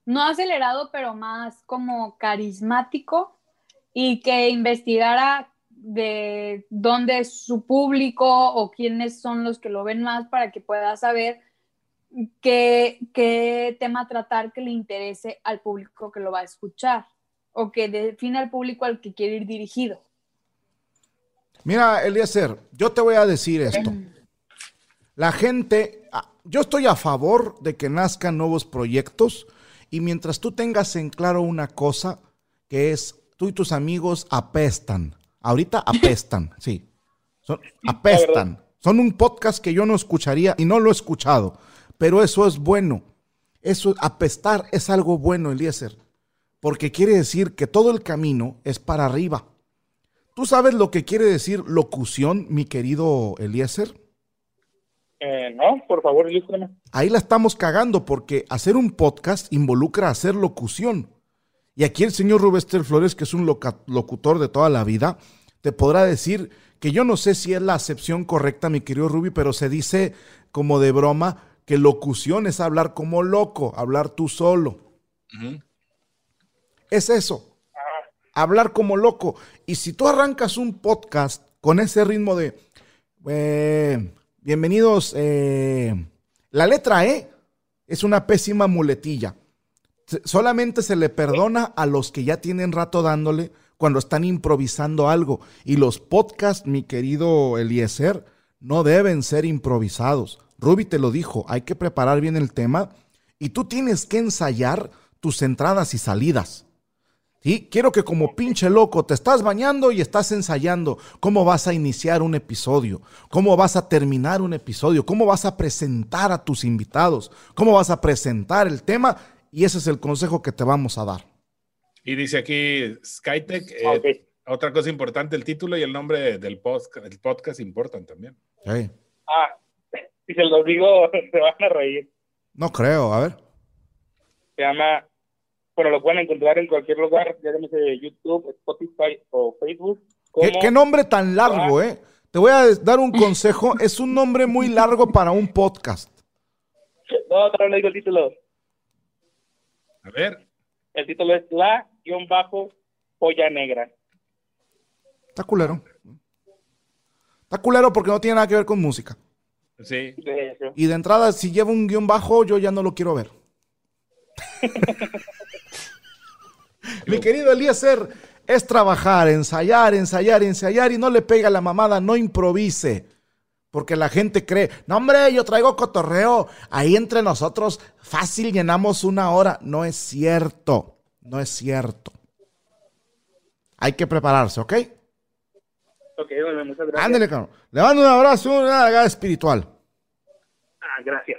no acelerado, pero más como carismático y que investigara de dónde es su público o quiénes son los que lo ven más para que pueda saber qué, qué tema tratar que le interese al público que lo va a escuchar o que defina al público al que quiere ir dirigido.
Mira, Eliezer, yo te voy a decir esto. La gente, ah, yo estoy a favor de que nazcan nuevos proyectos y mientras tú tengas en claro una cosa, que es tú y tus amigos apestan. Ahorita apestan, sí. Son, apestan. Son un podcast que yo no escucharía y no lo he escuchado, pero eso es bueno. Eso, apestar es algo bueno, Eliezer, porque quiere decir que todo el camino es para arriba. ¿Tú sabes lo que quiere decir locución, mi querido Eliezer?
Eh, no, por favor, ilústrame.
Ahí la estamos cagando porque hacer un podcast involucra hacer locución. Y aquí el señor Rubester Flores, que es un loca- locutor de toda la vida, te podrá decir que yo no sé si es la acepción correcta, mi querido Ruby, pero se dice como de broma que locución es hablar como loco, hablar tú solo.
ujú.
Es eso. Hablar como loco. Y si tú arrancas un podcast con ese ritmo de. eh, bienvenidos. eh, la letra E es una pésima muletilla. Se- Solamente se le perdona a los que ya tienen rato dándole cuando están improvisando algo. Y los podcasts, mi querido Eliezer, no deben ser improvisados. Ruby te lo dijo, hay que preparar bien el tema y tú tienes que ensayar tus entradas y salidas. ¿Sí? Quiero que como pinche loco te estás bañando y estás ensayando cómo vas a iniciar un episodio, cómo vas a terminar un episodio, cómo vas a presentar a tus invitados, cómo vas a presentar el tema y ese es el consejo que te vamos a dar.
Y dice aquí Skytech, eh,
Ah, ok.
otra cosa importante, el título y el nombre del podcast, el podcast importan también.
Sí.
Ah, si se los digo, se van a reír.
No creo, a ver.
Se llama, bueno, lo pueden encontrar en cualquier lugar, ya llámese YouTube, Spotify o Facebook.
¿Qué,
como-
qué nombre tan largo, eh? Te voy a dar un consejo, es un nombre muy largo para un podcast.
No, todavía no digo el título.
A ver,
El título es La guión bajo polla negra.
Está culero. Está culero porque no tiene nada que ver con música.
Sí.
de eso.
Y de entrada, si lleva un guión bajo, yo ya no lo quiero ver. Mi querido Eliezer, es trabajar, ensayar, ensayar, ensayar y no le pega la mamada, no improvise. Porque la gente cree, no hombre, yo traigo cotorreo, ahí entre nosotros fácil llenamos una hora. No es cierto, no es cierto. Hay que prepararse, ¿ok?
Ok, bueno, muchas gracias.
Ándale, cabrón. Le mando un abrazo, una larga espiritual.
Ah, gracias.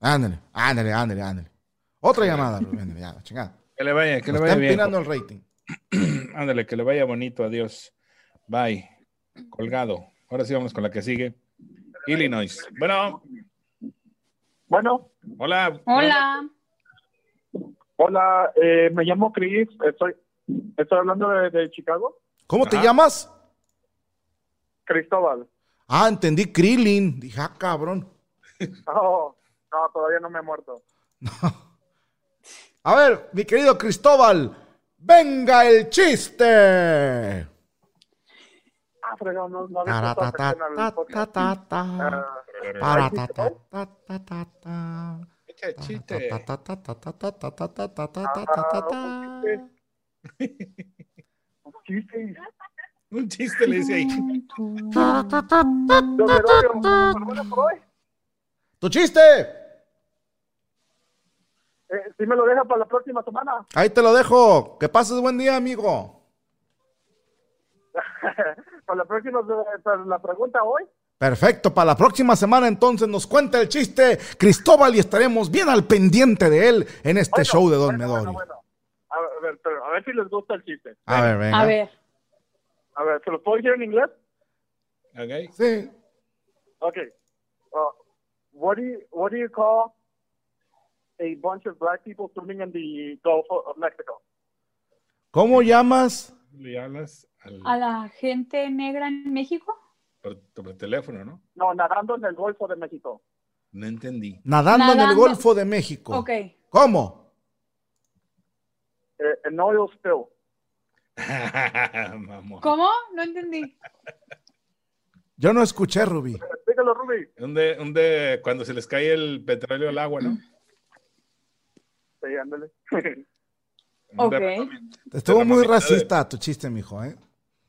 Ándale, ándale, ándale, ándale. Otra llamada, Rubén, ya, chingada.
Que le vaya, que le
Nos
vaya
está
bien.
empinando el rating.
Ándale, que le vaya bonito, adiós. Bye. Colgado. Ahora sí vamos con la que sigue. Illinois. Bueno,
Bueno,
hola.
Hola.
hola, eh, me llamo Chris, estoy, estoy hablando de, de Chicago,
¿Cómo te
Ajá.
llamas?
Cristóbal.
Ah, entendí, Krillin. Dije, ah, cabrón.
Oh, no, todavía no me he muerto.
A ver, mi querido Cristóbal, venga el chiste.
Ah, fregado, no, no había
Para
puesto
ta ta
atención al
ta ta
podcast.
ta ta.
Ah,
Para ta ta ta ta ta ta.
Echa chiste.
Ta ta ta ta ta ta ta ta ta ta ta ta ta ta
Ah,
ta.
un chiste.
Un chiste le dice ahí.
Don Gregorio, por bueno por hoy.
¡Tu chiste!
Eh, si me lo deja para la próxima semana.
Ahí te lo dejo. Que pases buen día, amigo.
para la próxima, para la pregunta hoy.
Perfecto, para la próxima semana entonces nos cuenta el chiste Cristóbal y estaremos bien al pendiente de él en este
Bueno,
show de Don
bueno, bueno,
Medori.
bueno. A ver, pero a ver si les gusta el chiste.
A ver, Ah, venga.
A ver.
A ver, ¿se los puedo decir en inglés?
Ok.
Sí.
Okay. Uh, what do you what do you call a bunch of black people swimming in the Gulf of Mexico?
¿Cómo llamas?
Le hablas al-
A la gente negra en México.
por, por teléfono, ¿no?
No, nadando en el Golfo de México.
No entendí.
Nadando, en el
Nadando.
Golfo de México.
Ok.
¿Cómo?
Eh, an oil spill.
Ah, Mamón.
¿Cómo? No entendí.
Yo no escuché, Rubí.
Dígalo, Ruby.
Un de, un de cuando se les cae el petróleo al agua, ¿no?
Sí, ándale.
Un
Ok.
de-
Estuvo
la
muy
mamita de-
racista tu chiste, mijo, ¿eh?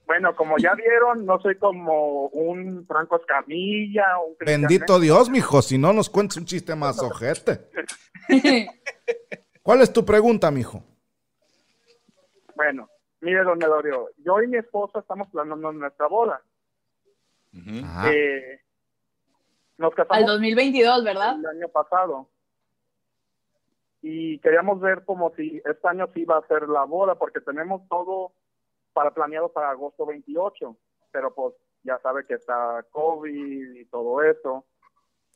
bueno, como ya vieron, no soy como un Franco Escamilla, un Cristian
Bendito
¿eh?
Dios, mijo, si no nos cuentes un chiste más ojete. ¿Cuál es tu pregunta, mijo?
Bueno, mire, don Elorio, yo y mi esposa estamos planeando nuestra boda.
Ujú.
Ah,
Eh, nos
Al
casamos
2022, ¿verdad?
el año pasado. Y queríamos ver como si este año sí iba a ser la boda, porque tenemos todo para planeado para agosto 28, pero pues ya sabe que está COVID y todo eso.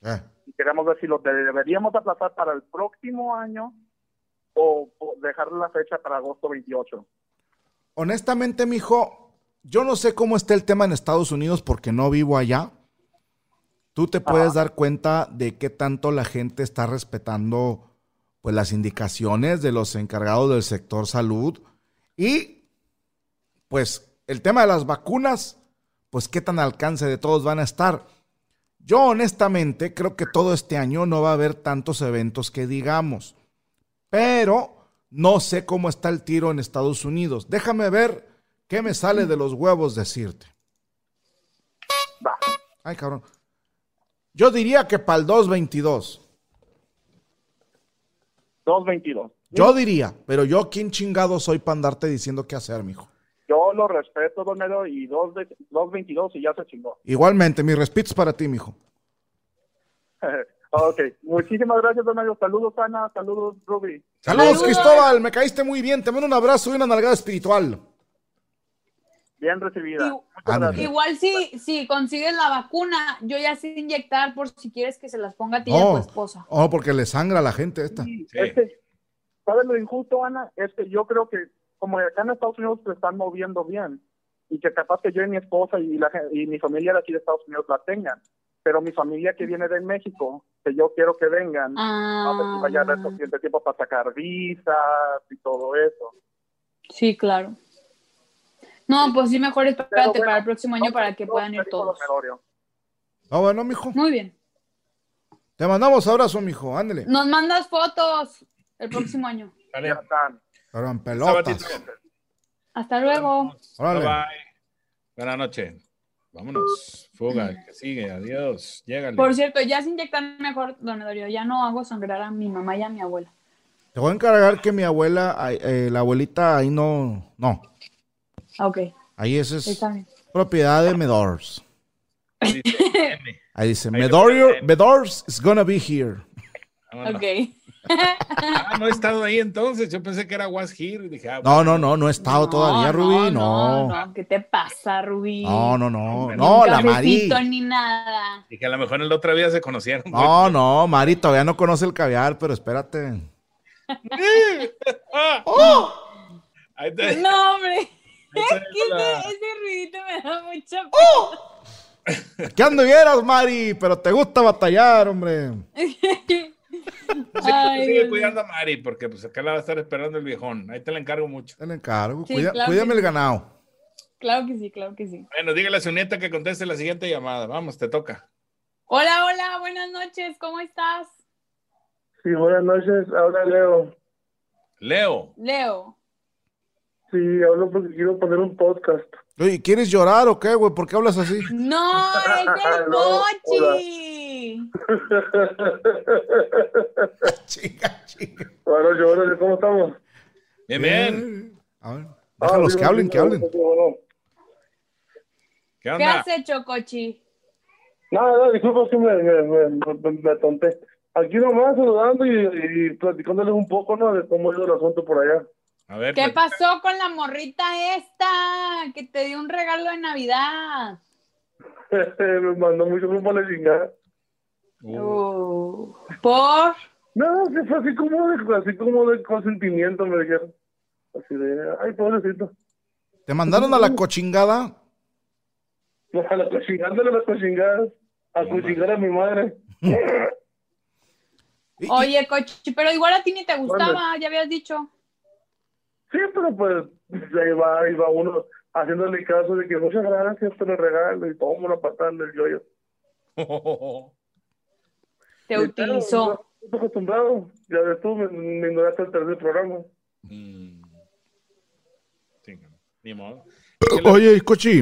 eh.
Y queríamos ver si lo deberíamos aplazar para el próximo año o o dejar la fecha para agosto 28.
Honestamente, mijo, yo no sé cómo está el tema en Estados Unidos porque no vivo allá. Tú te puedes dar cuenta de qué tanto la gente está respetando pues las indicaciones de los encargados del sector salud y pues el tema de las vacunas, pues qué tan alcance de todos van a estar. Yo honestamente creo que todo este año no va a haber tantos eventos que digamos pero no sé cómo está el tiro en Estados Unidos. Déjame ver qué me sale de los huevos decirte.
Va.
Ay, cabrón. Yo diría que para el 222.
2.22.
Yo diría, pero yo quién chingado soy para andarte diciendo qué hacer, mijo.
Yo lo respeto, don Elorio, y 2 de- 2.22 y ya se chingó.
Igualmente, mis respetos para ti, mijo.
ok, muchísimas gracias, don Elorio. Saludos, Ana. Saludos, Ruby.
Saludos,
Saludos.
Cristóbal, me caíste muy bien. Te mando un abrazo y una nalgada espiritual.
Bien recibida.
Y-
Muchas
Ándale.
gracias.
Igual si, si consigues la vacuna, yo ya sé inyectar por si quieres que se las ponga a ti y a tu
Oh,
esposa.
oh, porque le sangra a la gente esta.
Y es que, ¿Sabes lo injusto, Ana? Es que yo creo que como acá en Estados Unidos se están moviendo bien y que capaz que yo y mi esposa y, la gen- y mi familia de aquí de Estados Unidos la tengan, pero mi familia que viene de México, que yo quiero que vengan, a ver si vaya a dar
Ah,
suficiente tiempo para sacar visas y todo eso.
sí, claro. No, pues sí, mejor espérate
Pero bueno,
para el próximo año para que
No,
puedan ir
te digo,
todos.
don Elorio.
Ah, bueno, mijo.
Muy bien.
Te mandamos abrazo, mijo. Ándale.
Nos mandas fotos el próximo año.
Dale.
Ya están.
Ahora
Sabatito.
pelotas.
Hasta luego.
Bye,
Órale.
bye. Buenas noches. Vámonos. Fuga, que sigue. Adiós. Llégale.
Por cierto, ya se inyectan mejor, don Edorio. Ya no hago sangrar a mi mamá y a mi abuela.
Te voy a encargar que mi abuela, ay, eh, la abuelita ahí no, no.
Ah, Ok,
Ahí esa es
está bien.
propiedad de Medors.
Dice, "Nene".
Ahí dice,
Ahí lo
Medorio,
ponen.
Medors is gonna be here.
Vámonos.
Ok.
Ah, no he estado ahí entonces. Yo pensé que era Was Here. y Dije, ah,
No, no, no, no he estado todavía, Rubí. No,
no, no. ¿Qué te pasa, Rubí?
no, no, no,
Ni
no,
Ni
la Mari.
cafecito Ni nada.
dije, a lo mejor en la otra vida se conocieron.
No, no, Mari todavía no conoce el caviar, pero espérate.
Ah. Ahí te- ahí
No, hombre.
te dejo la-
Ese, ese ruidito me da mucha pena.
Aquí anduvieras, Mari, pero te gusta batallar, hombre.
Sí,
Ay,
sigue
Dios mío.
cuidando a Mari, porque pues acá la va a estar esperando el viejón. Ahí te la encargo mucho.
Te lo encargo.
Sí,
cuida-
claro
cuídame
que
el
sí.
ganado.
Claro que sí, claro que sí.
Bueno, dígale a su nieta que conteste la siguiente llamada. Vamos, te toca.
Hola, hola, buenas noches, ¿cómo estás?
Sí, buenas noches. Ahora Leo.
Leo.
Leo.
Sí, hablo porque quiero poner un podcast.
Oye, ¿quieres llorar o qué, güey? ¿Por qué hablas así?
No, es el
No,
Pochi.
Chica, chica.
Buenas noches, buenas noches, ¿cómo estamos?
Bien, bien.
A ver, déjalos
Ah,
que hablen, que hablen.
bueno.
¿Qué
¿Qué
onda?
has hecho, Cochi?
Nada, no, disculpa que me, me, me- me- me atonté. Aquí nomás saludando y, y platicándoles un poco, ¿no? De cómo ha ido el asunto por allá.
A ver.
¿Qué
pues,
pasó con la morrita esta que te dio un regalo de Navidad?
Este, me mandó mucho tiempo a la chingada.
uh,
Uh, ¿Por?
No, que fue así como de, así como de consentimiento, me dijeron. Así de, ay, pobrecito.
¿Te mandaron a la cochingada?
No, a la cochingándole a la cochingada. A cochingar a mi madre.
Y- y-
Oye, Cochi, pero igual a ti ni te gustaba, ya habías dicho.
Sí, pero pues ahí va, ahí va uno haciéndole caso de que muchas gracias por el regalo y tomo la patada en el yoyo.
Te
Y claro,
utilizó.
no Estoy acostumbrado. Ya ves tú, me, me ignoraste el tercer programa.
mm. Chinga, Ni modo.
Oye, Cochi,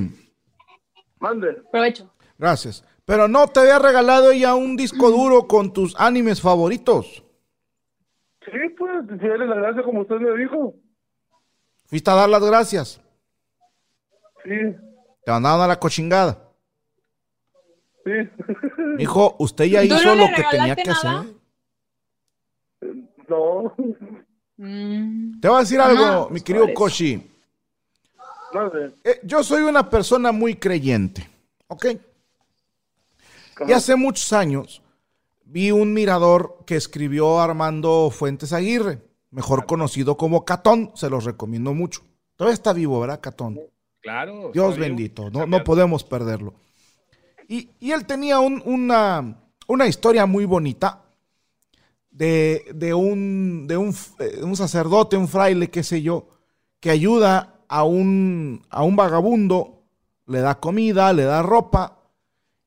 Mande.
Provecho.
gracias. Pero no te había regalado ella un disco duro con tus animes favoritos.
Sí, pues, si dale las gracias como usted me dijo.
Fuiste a dar las gracias.
Sí,
Te mandaron a la cochingada.
sí.
Hijo, usted ya
¿Tú
hizo
no le
lo que tenía
regalaste
que
nada?
hacer.
no.
Mm.
Te voy a decir algo,
Ah,
mi
pues,
querido
por eso.
Koshi.
Mande.
Eh, yo soy una persona muy creyente, ¿ok? Y hace muchos años vi un mirador que escribió Armando Fuentes Aguirre, mejor conocido como Catón, se los recomiendo mucho. Todavía está vivo, ¿verdad, Catón?
Claro.
Dios
está bien.
bendito, no, no podemos perderlo. Y, y él tenía un- una, una historia muy bonita de, de un, de un, f- eh, un sacerdote, un fraile, qué sé yo, que ayuda a un, a un vagabundo, le da comida, le da ropa,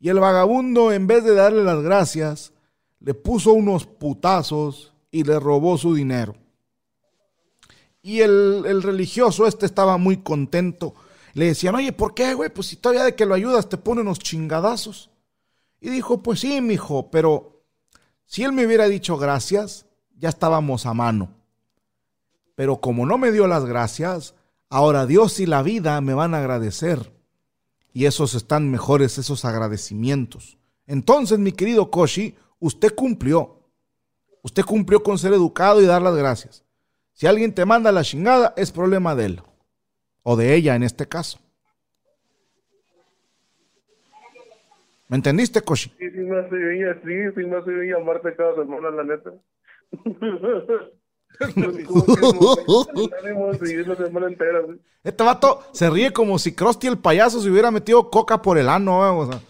y el vagabundo, en vez de darle las gracias, le puso unos putazos y le robó su dinero. Y el, el religioso este estaba muy contento. Le decían, oye, ¿por qué, güey? Pues si todavía de que lo ayudas te pone unos chingadazos. Y dijo, pues sí, mijo, pero si él me hubiera dicho gracias, ya estábamos a mano. Pero como no me dio las gracias, ahora Dios y la vida me van a agradecer. Y esos están mejores, esos agradecimientos. Entonces, mi querido Koshi, usted cumplió. Usted cumplió con ser educado y dar las gracias. Si alguien te manda la chingada, es problema de él. O de ella en este caso. ¿Me entendiste, Koshi?
Sí, sí me hace bien, y- sí, sí me hace bien llamarte cada semana, la neta. Ánimo, sí, la semana entera. sí.
Este vato se ríe como si Krusty el payaso se hubiera metido coca por el ano. ¿eh? O sea,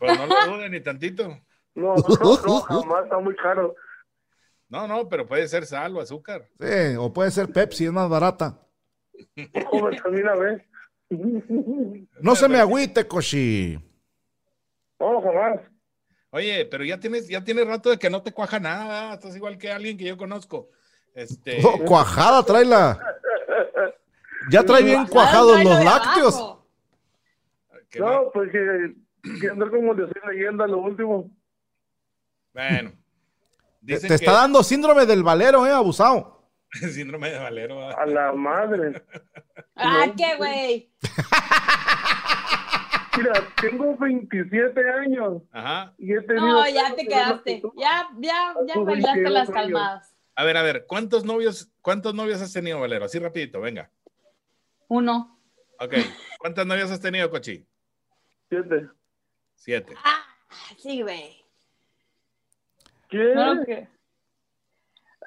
Pues no lo duden ni tantito.
No, no, no, jamás, está muy caro.
No, no, pero puede ser sal o azúcar.
sí, eh, o puede ser Pepsi, es más barata.
Como también a ver.
No se me agüite, Koshi.
No, jamás.
Oye, pero ya tienes, ya tienes rato de que no te cuaja nada, estás igual que alguien que yo conozco. Este,
Oh, cuajada, tráela. Ya trae bien cuajados los lácteos.
que va-
No, pues que, que andar como de ser leyenda lo último.
Bueno.
Te,
Dicen
te está dando síndrome del valero, eh, abusado.
que síndrome de Valero. ah.
A la madre.
Ah, qué güey.
Mira, tengo 27 años
Ajá.
y este, he tenido...
No, ya te
tantas
quedaste.
actitudes.
Ya, ya, ya
Tú
bailaste
22
las
años.
calmadas.
A ver, a ver, ¿cuántos novios, cuántos novios has tenido, Valero? Así rapidito, venga.
Uno.
Ok. ¿Cuántas novias has tenido, Cochi?
Siete.
Siete.
Sí, güey.
¿Qué?
No lo pues creo.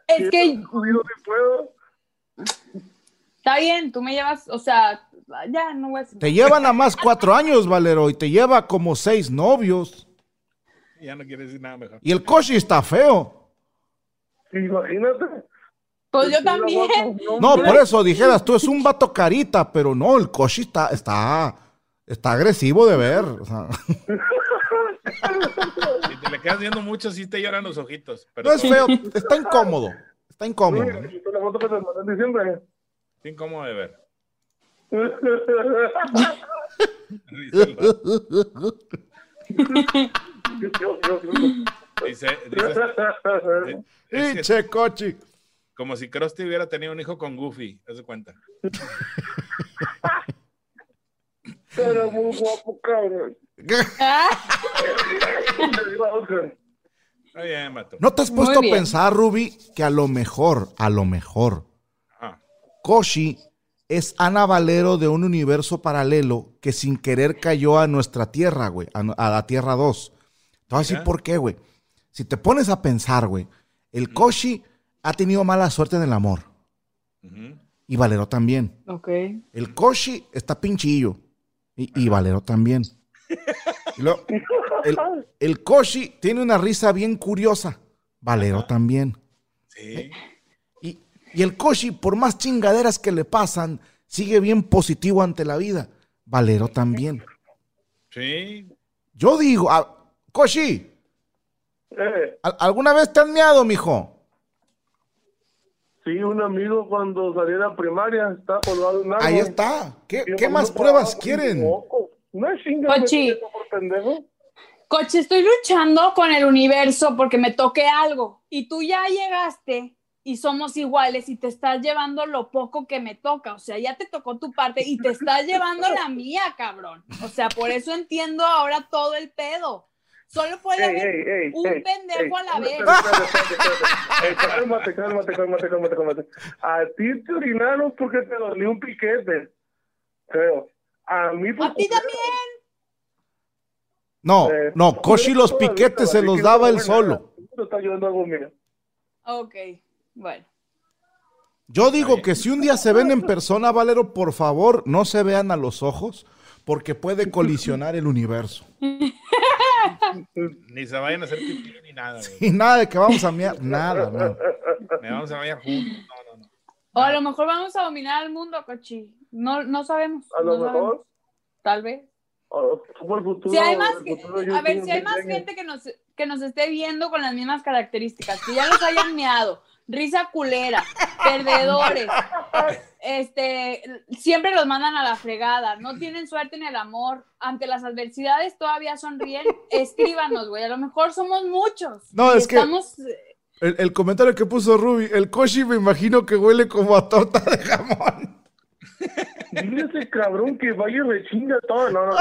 Es que
Jodido si puedo.
está bien, tú me llevas, o sea, ya no voy a decir.
Te llevan a más cuatro años, Valero, y te lleva como seis novios.
Ya no quiere decir nada mejor.
Y el coche está feo.
Imagínate.
Pues yo
Una guapa,
también.
un hombre.
No, por eso dijeras tú es un vato carita, pero no, el coche está, está, está agresivo de ver. o sea.
Si te le quedas viendo mucho, sí te lloran los ojitos. Pero
no es
todo-
feo, está incómodo. Está incómodo. ¿eh?
Mira, la foto que te mandé en diciembre.
es incómodo de ver. Dice,
¿no?
Dios, Dios, Dios.
dice- es que-
Pinche coche.
como si Krusty hubiera tenido un hijo con Goofy, haz de cuenta.
Era muy guapo, cabrón.
Ah,
Le digo a Oscar,
Está bien, Mato.
¿No te has
Muy
puesto a
bien.
pensar, Ruby, que a lo mejor, a lo mejor,
Ah,
Koshi es Ana Valero de un universo paralelo que sin querer cayó a nuestra tierra, güey, a, nu- a la Tierra 2. Te voy a decir
Mira.
por qué, güey. Si te pones a pensar, güey, el Koshi ha tenido mala suerte en el amor
ujú.
y Valero también.
ok.
El Koshi está pinchillo y, y Valero también. Y luego, el, el Koshi tiene una risa bien curiosa, Valero también.
Sí.
Y, y el Koshi, por más chingaderas que le pasan, sigue bien positivo ante la vida. Valero también.
Sí.
Yo digo, a, Koshi,
eh,
¿al- ¿alguna vez te han meado, mijo?
sí, un amigo cuando salí de la primaria está colgado en algo.
Ahí está. ¿Qué,
Y yo
qué
con
más
un
pruebas
trabajo,
quieren?
loco. No es chinga, me
Pochi.
siento por pendejo.
Coche, estoy luchando con el universo porque me toque algo. Y tú ya llegaste y somos iguales y te estás llevando lo poco que me toca. O sea, ya te tocó tu parte y te estás llevando la mía, cabrón. O sea, por eso entiendo ahora todo el pedo. Solo puede
Ey,
haber
ey, ey,
un
ey,
pendejo
ey,
a la vez.
espérate, espérate, espérate. Ey, Cálmate, cálmate, cálmate, cálmate, cálmate. A ti te orinaron porque te dolió un piquete. Creo. A mí
A ti también.
No,
Eh,
no, Koshi los
todavía,
piquetes se
todavía,
los
que
daba
no,
él
bueno,
solo.
esto está ayudando algo, mira.
Ok, bueno.
Yo digo
Oye.
que si un día se ven en persona, Valero, por favor, no se vean a los ojos, porque puede colisionar el universo.
Ni se vayan a hacer pipí ni nada. güey.
Y nada de que vamos a mear, nada, nada.
Me vamos a bañar juntos. No, no, no.
O a lo mejor vamos a dominar al mundo, Cochi. No, no sabemos.
A lo
no
mejor.
sabemos. Tal vez.
o- como el futuro,
Si hay más,
el
que-
futuro yo
a ver,
tengo
si hay más
diseño.
gente que nos, que nos esté viendo con las mismas características, que ya los hayan meado, risa culera, perdedores, este, siempre los mandan a la fregada, no tienen suerte en el amor, ante las adversidades todavía sonríen, escríbanos, güey, a lo mejor somos muchos.
No,
Y
es que-
estamos,
El, el comentario que puso Ruby, el Koshi me imagino que huele como a torta de jamón.
Dile a ese cabrón que vaya y rechinga todo. No, no, no.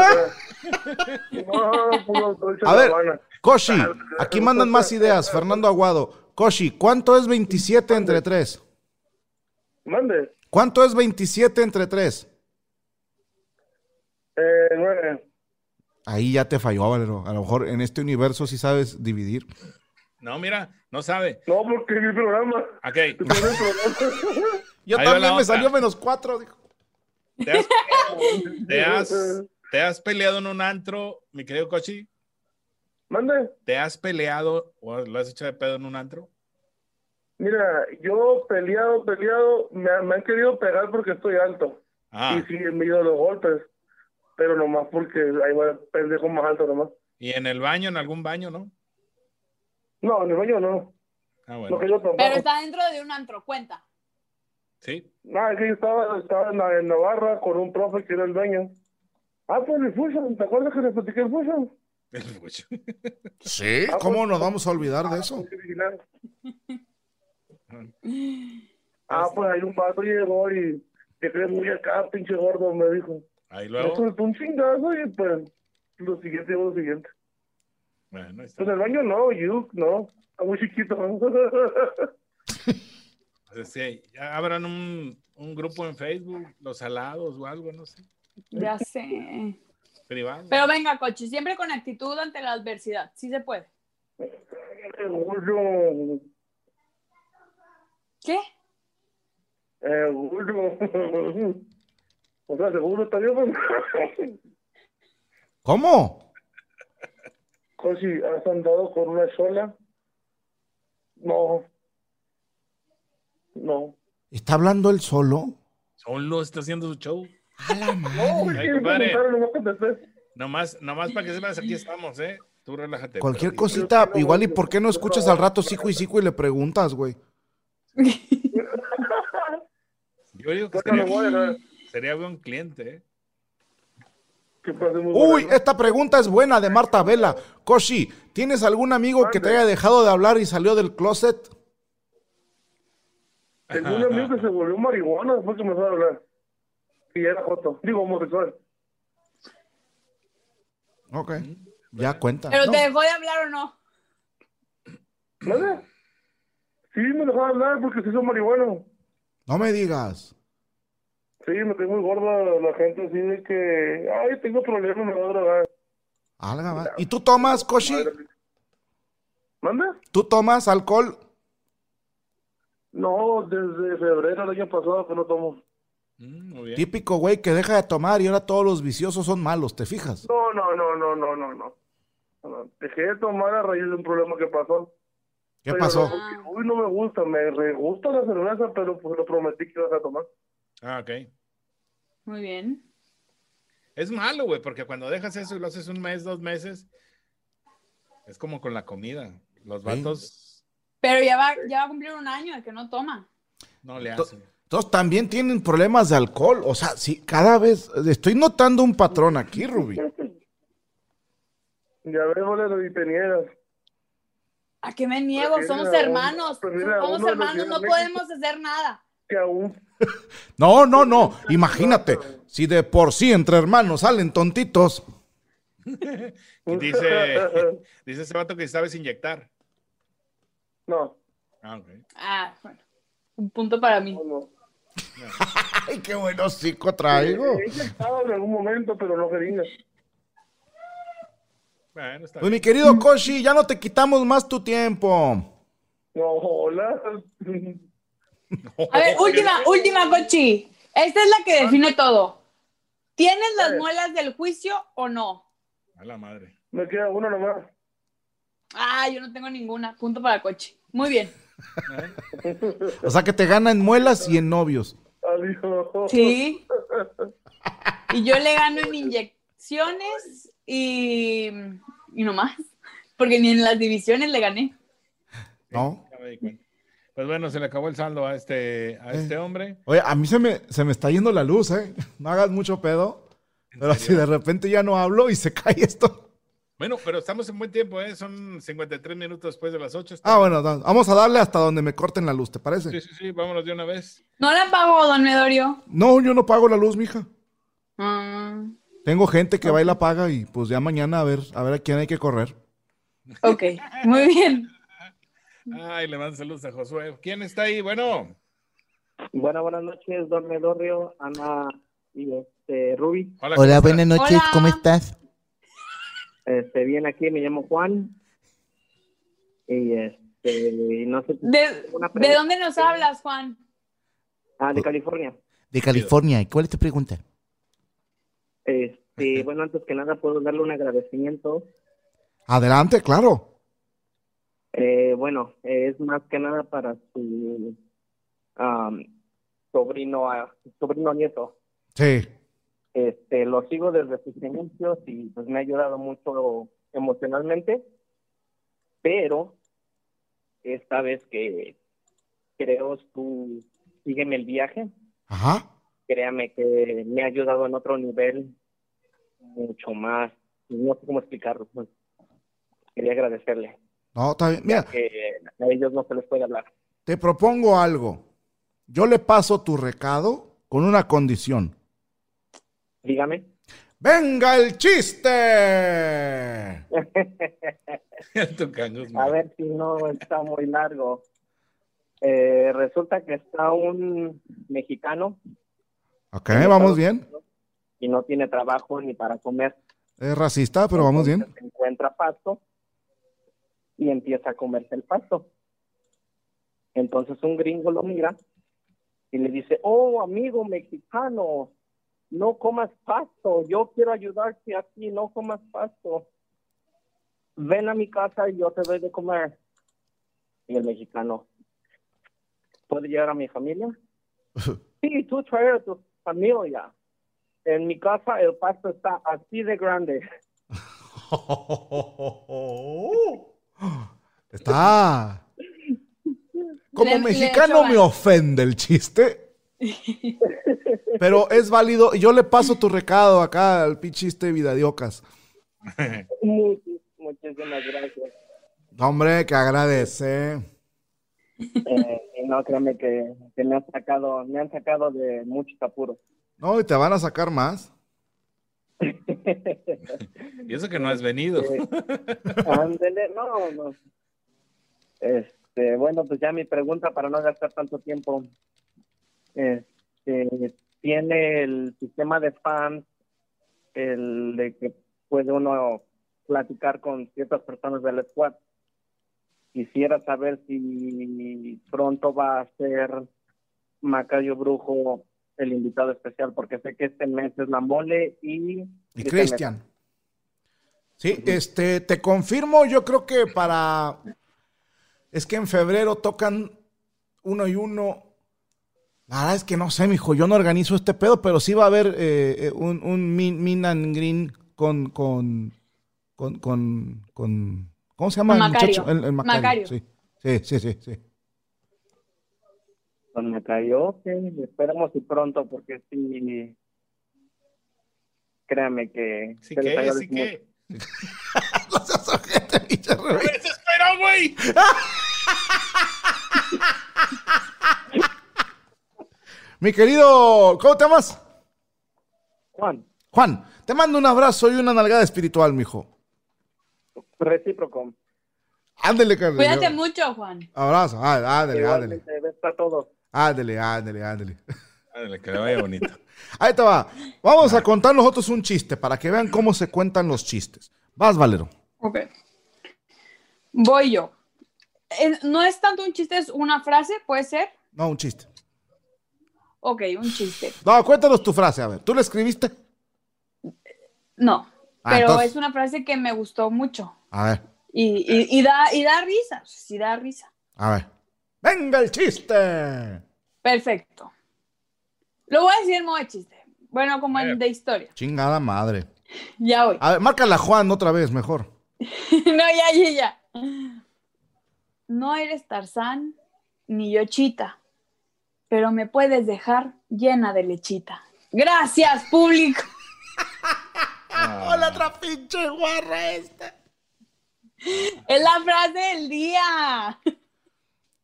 No, no, puro Dolce
A ver,
Gabbana.
Koshi, aquí mandan más ideas, Fernando Aguado. Koshi, ¿cuánto es 27 entre 3?
Mande.
¿Cuánto es 27 entre 3?
Eh, nueve.
Ahí ya te falló, Valero. A lo mejor en este universo sí sabes dividir.
No, mira, no sabe.
No, porque vi el programa.
Ok.
Vi el programa.
Yo
Ahí va
también
la
me
otra.
salió menos 4.
¿Te has, te has- te has peleado en un antro, mi querido Cochi?
Mande.
¿Te has peleado o lo has hecho de pedo en un antro?
Mira, yo peleado, peleado, me, han- me han querido pegar porque estoy alto.
Ah,
Y sí, he mido los golpes. Pero nomás porque ahí va el pendejo más alto nomás.
y en el baño, en algún baño, ¿no?
No, en el baño no.
Ah,
Lo
bueno.
que yo trabajo.
Pero está dentro de un antro, cuenta.
Sí.
No, sí, estaba, estaba en, la, en la barra con un profe que era el dueño. Ah, pues el Fusion, ¿te acuerdas que le platiqué el Fusion?
El Fucho.
Sí, ¿cómo nos vamos a olvidar de eso?
Hay que vigilar. Ah, pues ahí un pato llegó y te crees muy acá, pinche gordo, me dijo.
Ahí
Me
luego.
soltó un chingazo y pues lo siguiente llegó lo siguiente.
Bueno, ahí está.
Pues el baño no, you, no, está muy chiquito.
Pues sí, ya abran un, un grupo en Facebook, los alados o algo, no sé,
Ya sé.
privado.
Pero venga, coche, siempre con actitud ante la adversidad. Sí se puede.
Orgullo,
¿Qué?
eh, orgullo. O sea, seguro está bien, pues.
¿Cómo?
Cosi, Pues ¿has andado con una sola? No. No.
¿Está hablando él solo?
Solo está haciendo su show.
A la
No,
madre.
güey,
Ay,
que me
compadre.
preguntaron, no contesté.
Nomás, nomás para que sepas, aquí estamos, ¿eh? Tú relájate.
Cualquier
Pero-
cosita, igual, ¿y por qué no escuchas al rato Sico y Sico y le preguntas, güey?
Yo digo que
Bueno,
sería,
lo voy a dejar.
sería buen cliente, ¿eh?
Que pase muy
Uy,
buena noche.
esta pregunta es buena de Marta Vela. Koshi, ¿tienes algún amigo que te haya dejado de hablar y salió del closet?
Tengo un amigo que se volvió marihuana después que me fue a hablar. Y era joto. Digo, homosexual.
Ok. Ya cuenta.
¿Pero
Ah, No.
te dejó de hablar o no?
¿Vale? Sí, me dejó de hablar porque se hizo marihuano.
No me digas.
Sí, me tengo muy gorda la gente así de que, ay, tengo problemas, me voy a drogar.
Alga, va. ¿Y tú tomas, Koshi?
¿Manda?
¿Tú tomas alcohol?
No, desde febrero del año pasado que no tomo.
Mm, muy bien.
Típico, güey, que deja de tomar y ahora todos los viciosos son malos, ¿te fijas?
No, no, no, no, no, no, no. No, Dejé de tomar a raíz de un problema que pasó.
¿Qué
Pero
pasó?
no,
Ah,
porque, uy, no me gusta, me re gusta la cerveza, pero pues lo prometí que ibas a tomar.
Ah, ok.
Muy bien.
Es malo, güey, porque cuando dejas eso y lo haces un mes, dos meses, es como con la comida. Los vatos
Pero ya va, ya va a cumplir un año de que no toma.
no le
To-
hacen.
Entonces también tienen problemas de alcohol. O sea, sí, cada vez estoy notando un patrón aquí, Ruby.
Ya vemos las vitenieras.
¿A qué me niego?
Prefiere
Somos
a uno-
hermanos.
prefiere a
Somos
pues uno de los
hermanos, no
diez
podemos hacer nada.
Que aún.
No, no, no. Imagínate, si de por sí entre hermanos salen tontitos.
Y Dice, dice ese vato que sabes inyectar.
No,
Ah, ok.
Ah, bueno. Un punto para mí.
no, no.
Ay, qué buen hocico traigo.
He inyectado en algún momento, pero no jeringas.
Bueno, está
Pues
bien.
mi querido Koshi, ya no te quitamos más tu tiempo.
No, hola.
A ver, última, última, Cochi. Esta es la que define todo. ¿Tienes las muelas del juicio o no?
A la madre.
Me queda uno nomás.
Ah, yo no tengo ninguna. Punto para Cochi. Muy bien.
O sea que te gana en muelas y en novios.
Adiós.
Sí. Y yo le gano en inyecciones y, y no más. Porque ni en las divisiones le gané.
¿No?
Ya me di cuenta. Pues bueno, se le acabó el saldo a este,
Eh.
a este hombre.
Oye, a mí se me, se me está yendo la luz, ¿eh? No hagas mucho pedo. Pero si de repente ya no hablo y se cae esto.
Bueno, pero estamos en buen tiempo, ¿eh? Son 53 minutos después de las 8.
Ah, bueno, da- vamos a darle hasta donde me corten la luz, ¿te
Sí,
parece?
sí, sí, vámonos de una vez.
No la pagó, don Medorio.
No, yo no pago la luz, mija.
Ah,
Tengo gente que va y la paga y pues ya mañana a ver, a ver a quién hay que correr.
ok, muy bien.
Ay, le mando saludos a Josué. ¿Quién está ahí? Bueno,
Bueno, buenas noches, don Medorio, Ana y este, Ruby.
hola. ¿cómo
Hola,
está?
buenas noches,
Hola.
¿cómo estás?
Este, bien aquí, me llamo Juan. Y este, y no sé.
¿De,
Una
de
pregunta.
dónde nos hablas, Juan?
Ah, de California.
De California, ¿y ¿cuál es tu pregunta?
Este, bueno, antes que nada, puedo darle un agradecimiento.
Adelante, claro.
Eh, bueno, eh, es más que nada para su am, sobrino, ah, sobrino nieto.
Sí.
Este, lo sigo desde sus inicios y pues me ha ayudado mucho emocionalmente, pero esta vez que creo tú sígueme el viaje,
Ajá.
créame que me ha ayudado en otro nivel mucho más. No sé cómo explicarlo. pues. Quería agradecerle.
No, está bien. Mira,
que a ellos no se les puede hablar.
te propongo algo. Yo le paso tu recado con una condición.
Dígame.
¡Venga el chiste!
El Tucán Guzmán.
A ver si no está muy largo. Eh, resulta que está un mexicano
Ok, vamos bien.
y no tiene trabajo ni para comer.
Es racista, pero vamos bien.
Entonces, Encuentra pasto y empieza a comerse el pasto. Entonces un gringo lo mira y le dice, oh amigo mexicano, no comas pasto, yo quiero ayudarte aquí, no comas pasto. Ven a mi casa y yo te doy de comer. Y el mexicano, ¿puedo llevar a mi familia? sí, tú traer a tu familia. En mi casa el pasto está así de grande.
Está. Como
Le- le
mexicano
echó
me
ganas.
ofende el chiste. Pero es válido. Yo le paso tu recado acá al pichiste vidadiocas.
Muchis- Muchísimas gracias.
Hombre, que agradece.
Eh, y no, créeme que, que me han sacado, me han sacado de muchos apuros.
No, y te van a sacar más.
Y eso que no has venido.
Eh, ándele, no, no. Este, bueno, pues ya mi pregunta para no gastar tanto tiempo. Este, tiene el sistema de spam, el de que puede uno platicar con ciertas personas del squad. Quisiera saber si pronto va a ser Macayo Brujo el invitado especial, porque sé que este mes es la mole y...
Y Cristian. Sí, este, te confirmo, yo creo que para. Es que en febrero tocan uno y uno. La verdad es que no sé, mijo, yo no organizo este pedo, pero sí va a haber eh, eh, un, un min, Min and Green con. con, con, con, con- ¿Cómo se llama
Con
el
Macario.
muchacho? El, el Macario.
Macario.
Sí. Sí, sí, sí, sí.
Con me cayó, ok, esperamos y pronto, porque sí, créame que...
Sí
se les
que,
agradece
sí que.
No seas ojete, pinche Rubén.
¡Eso espera, güey!
Mi querido, ¿cómo te llamas?
mucho. Juan,
Juan, te mando un abrazo y una nalgada espiritual, mijo.
recíproco.
Ándele, carnal.
Cuídate mucho, Juan.
Abrazo, á- ándele, ándele,
Igualmente, besos a todos.
ándele, ándele, ándele.
Ándale, que le vaya bonito.
Ahí te va. Vamos a contar nosotros un chiste para que vean cómo se cuentan los chistes. Vas, Valero.
Ok. Voy yo. Eh, No es tanto un chiste, es una frase, puede ser.
No, un chiste.
Ok, un chiste.
No, cuéntanos tu frase, a ver. ¿Tú la escribiste?
No,
Ah,
pero
entonces-
es una frase que me gustó mucho
A ver,
y, y- y da, y da risa, sí da risa.
a ver. ¡Venga el chiste!
Perfecto. Lo voy a decir en modo de chiste. Bueno, como
A ver.
en de historia.
Chingada madre.
Ya voy.
A ver, márcala Juan otra vez, mejor.
no, ya, ya, ya. No eres Tarzán ni Yochita, pero me puedes dejar llena de lechita. Gracias, público.
Hola,
otra pinche guarra esta!
Es la frase del día.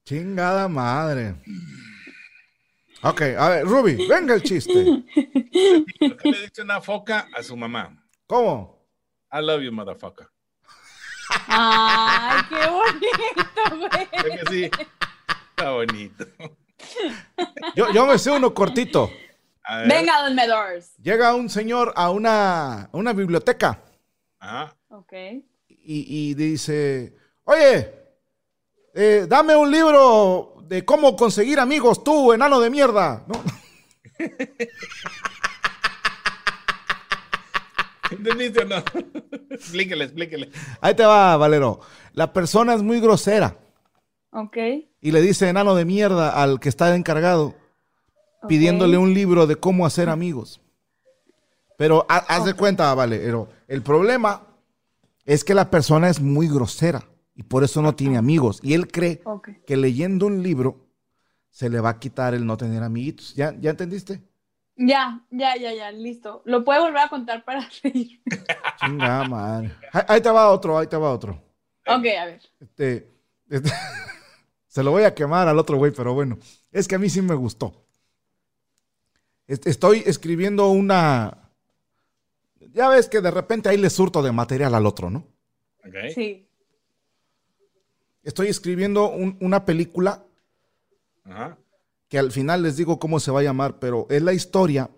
Chingada madre. Ok, a ver, Ruby, venga el chiste.
¿Por qué le dice una foca a su mamá?
¿Cómo?
I love you, motherfucker.
Ay, qué bonito,
¿Es
güey.
que sí? Está bonito.
Yo, yo me sé uno cortito.
A ver.
Venga, Don Medors.
Llega un señor a una, a una biblioteca
Ajá.
Ok.
y, y dice, oye, eh, dame un libro de cómo conseguir amigos tú, enano de mierda. ¿No?
¿Entendiste o no? explíquele, explíquele.
Ahí te va, Valero. La persona es muy grosera
Ok.
y le dice enano de mierda al que está encargado
ok.
pidiéndole un libro de cómo hacer amigos. Pero ha- haz de cuenta, Valero, el problema es que la persona es muy grosera. Y por eso no tiene amigos. Y él cree
Ok.
que leyendo un libro se le va a quitar el no tener amiguitos. ¿Ya, ya entendiste?
Ya, ya, ya, ya, listo. Lo puede volver a contar para reír.
Chinga madre. Ahí, ahí te va otro, ahí te va otro.
Ok, a ver.
Este, este, se lo voy a quemar al otro güey, pero bueno. Es que a mí sí me gustó. Est- Estoy escribiendo una. Ya ves que de repente ahí le surto de material al otro, ¿no?
Ok.
Sí.
Estoy escribiendo un- una película
Ajá.
que al final les digo cómo se va a llamar, pero es la historia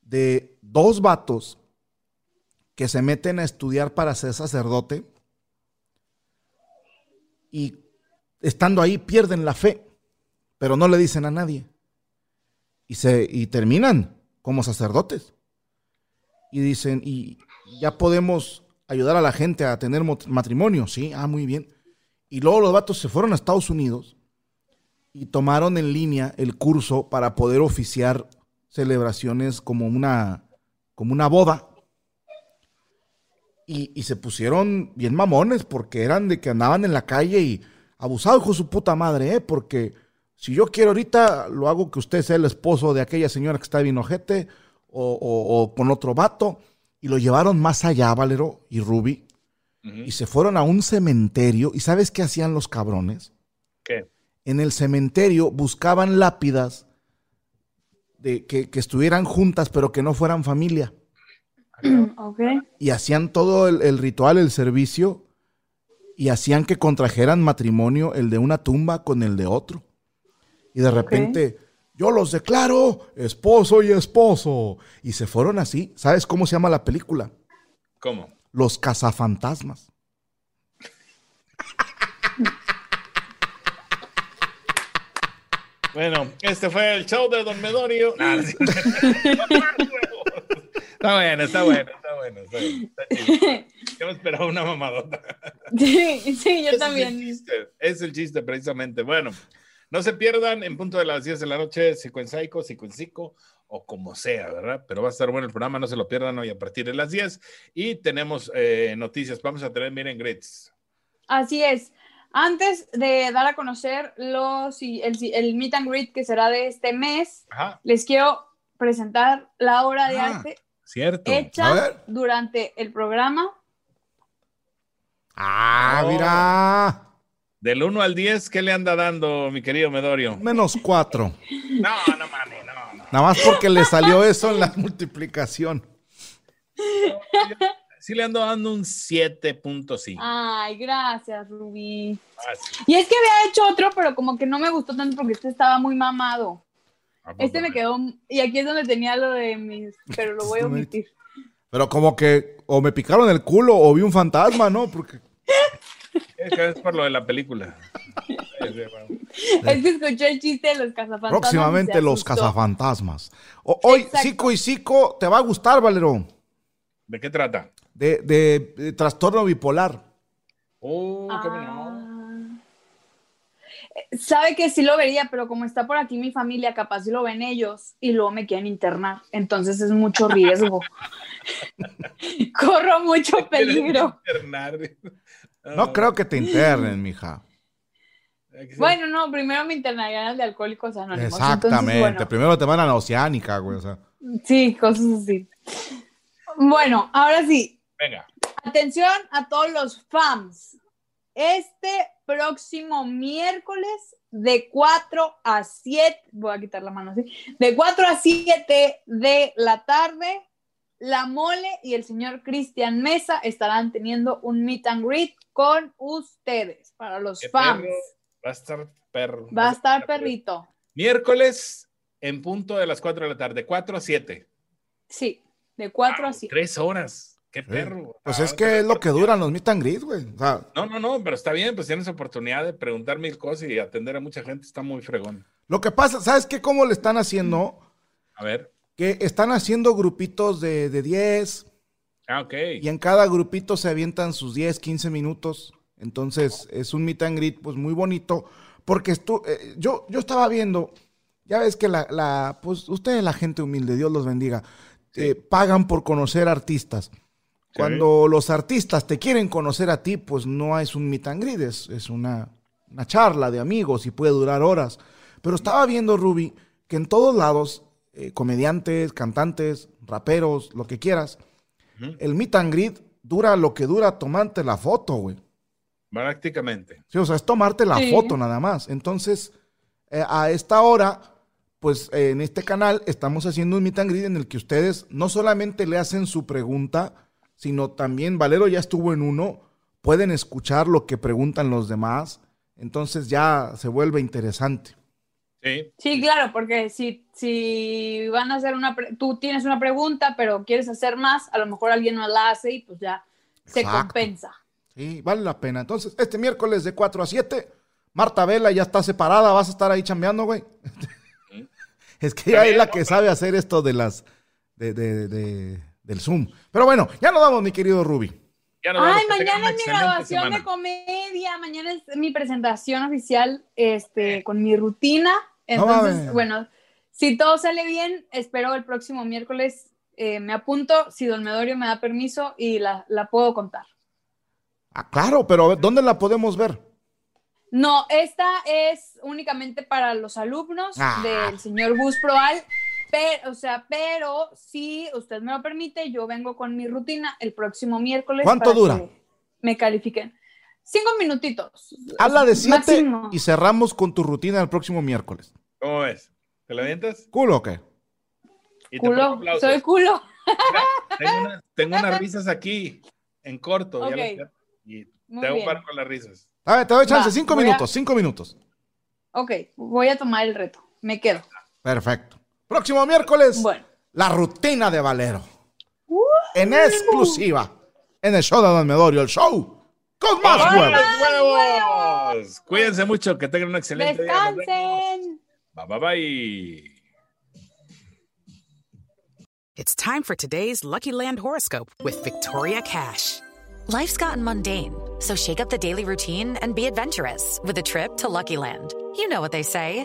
de dos vatos que se meten a estudiar para ser sacerdote y estando ahí pierden la fe, pero no le dicen a nadie. Y, se, y terminan como sacerdotes. Y dicen, y ya podemos ayudar a la gente a tener mot- matrimonio, sí, ah, muy bien. Y luego los vatos se fueron a Estados Unidos y tomaron en línea el curso para poder oficiar celebraciones como una, como una boda. Y, y se pusieron bien mamones porque eran de que andaban en la calle y abusados con su puta madre, ¿eh? Porque si yo quiero ahorita, lo hago que usted sea el esposo de aquella señora que está bien ojete o, o- o con otro vato. Y lo llevaron más allá, Valero y Ruby.
Ujú.
Y se fueron a un cementerio. ¿Y sabes qué hacían los cabrones?
¿Qué?
en el cementerio buscaban lápidas de, que, que estuvieran juntas pero que no fueran familia.
ok.
Y hacían todo el, el ritual, el servicio, y hacían que contrajeran matrimonio el de una tumba con el de otro. Y de repente, yo los declaro esposo y esposo. Y se fueron así. ¿Sabes cómo se llama la película?
¿Cómo?
Los cazafantasmas.
Bueno, este fue el show de Don Medorio. Ah, sí. está bueno, está bueno, está bueno. Está bueno, está chido. Yo me esperaba una mamadota.
Sí, sí, yo
Ese Es el,
también.
chiste, es el chiste, precisamente. Bueno, no se pierdan en punto de las 10 de la noche, Psicoensaico, Psicoensico o como sea, ¿verdad? Pero va a estar bueno el programa, no se lo pierdan hoy a partir de las 10. Y tenemos eh, noticias, vamos a tener, miren, grits.
Así es. Antes de dar a conocer los, y el, el meet and greet que será de este mes,
Ajá,
les quiero presentar la obra de
Ah.
arte
cierto.
A
hecha
ver.
durante el programa.
Ah,
Oh.
mira.
Del 1 al 10, ¿qué le anda dando, mi querido Medorio?
Menos cuatro.
No, no mames, no, no.
Nada más porque le salió eso en la multiplicación.
Sí le ando dando un 7.5.
Ay, gracias, Rubí.
Fácil.
Y es que había hecho otro, pero como que no me gustó tanto porque este estaba muy mamado.
¿A poco?
Este me quedó, y aquí es donde tenía lo de mis, pero lo voy a omitir.
Pero como que o me picaron el culo o vi un fantasma, ¿no? Porque
Es que es por lo de la película. Sí, sí, bueno.
Es que escuché Este el chiste de los cazafantasmas. y
próximamente
se
los
asustó.
cazafantasmas. O- hoy,
Exacto.
Cico y Cico, te va a gustar, Valero.
¿De qué trata?
De, de- de trastorno bipolar.
Oh, ¿cómo no?
Ah. Eh, Sabe que sí lo vería, pero como está por aquí mi familia, capaz si lo ven ellos y luego me quieren internar. Entonces es mucho riesgo. Corro mucho peligro.
Internar.
No
Ah.
creo que te internen, mija.
Ah,
Hay que ser-
Bueno, no, primero me internarían al de Alcohólicos Anónimos.
Exactamente.
Entonces, bueno,
Primero te van a la oceánica, güey. o sea.
sí, cosas así. Bueno, ahora sí,
Venga.
Atención a todos los fans. Este próximo miércoles de 4 a 7, voy a quitar la mano así, de 4 a 7 de la tarde, la mole y el señor Cristian Mesa estarán teniendo un meet and greet con ustedes, para los
Qué
fans.
perro. Va a estar perro.
Va a estar perrito.
Miércoles en punto de las 4 de la tarde, 4 a 7.
Sí, de
Ah,
4 a 7.
Tres horas. Qué perro.
Pues
Ah,
es que es lo que duran los meet and greet, güey. O sea,
No, no, no, pero está bien, pues tienes oportunidad de preguntar mil cosas y atender a mucha gente, está muy fregón.
lo que pasa, ¿sabes qué? ¿Cómo le están haciendo?
A ver.
Que están haciendo grupitos de de 10,
Ah, ok.
Y en cada grupito se avientan sus 10, 15 minutos. Entonces es un meet and greet pues muy bonito. Porque estu- eh, yo, yo estaba viendo, ya ves que la, la- pues ustedes la gente humilde, Dios los bendiga, eh, pagan por conocer artistas. Cuando los artistas te quieren conocer a ti, pues no es un meet and greet, es, es una, una charla de amigos y puede durar horas. Pero estaba viendo, Ruby, que en todos lados, eh, comediantes, cantantes, raperos, lo que quieras,
Ujú.
el meet and greet dura lo que dura tomarte la foto, güey.
Prácticamente.
Sí, o sea, es tomarte la
Sí.
foto nada más. Entonces, eh, a esta hora, pues eh, en este canal estamos haciendo un meet and greet en el que ustedes no solamente le hacen su pregunta, sino también, Valero ya estuvo en uno, pueden escuchar lo que preguntan los demás. Entonces ya se vuelve interesante.
Sí.
Sí, claro, porque si, si van a hacer una, pre- tú tienes una pregunta, pero quieres hacer más, a lo mejor alguien no la hace y pues ya se
Exacto.
compensa.
Sí, vale la pena. Entonces, este miércoles de 4 a 7, Marta Vela ya está separada, vas a estar ahí chambeando, güey. es que ella es la que sabe hacer esto de las de, de- de- del Zoom. Pero bueno, ya nos vamos, mi querido Ruby.
Ya nos
Ay,
vamos, que
mañana
tengan una
es mi
excelente
graduación
semana.
de comedia, mañana es mi presentación oficial este, con mi rutina.
No
Entonces,
mames.
bueno, si todo sale bien, espero el próximo miércoles eh, me apunto, si Don Medorio me da permiso y la, la puedo contar.
Ah, claro, pero a ver, ¿dónde la podemos ver?
Pues, No, esta es únicamente para los alumnos
Ah.
del señor Gus Proal, pero, o sea, pero si usted me lo permite, yo vengo con mi rutina el próximo miércoles.
¿Cuánto
para
dura?
que Me califiquen. Cinco minutitos.
Habla de 7
Máximo.
y cerramos con tu rutina el próximo miércoles.
¿Cómo ves? ¿Te la avientas?
¿Culo o qué?
Y te pongo
Culo,
aplausos.
soy culo.
Tengo, una- tengo unas risas aquí, en corto. ya
Ok.
las- y
Muy
te hago
bien.
paro con las risas.
A ver, te doy chance,
Va,
5
voy a-
minutos, 5 minutos.
Ok, voy a tomar el reto. Me quedo.
Perfecto. Próximo miércoles, ¡Uh!
Bueno,
la rutina de Valero. En exclusiva, en el show de Don Medorio, el show con más
¡Con
huevos.
más huevos! Cuídense mucho, que tengan un excelente día. Nos vemos.
descansen.
Bye, bye, bye.
It's time for today's Lucky Land horoscope with Victoria Cash. Life's gotten mundane, so shake up the daily routine and be adventurous with a trip to Lucky Land. You know what they say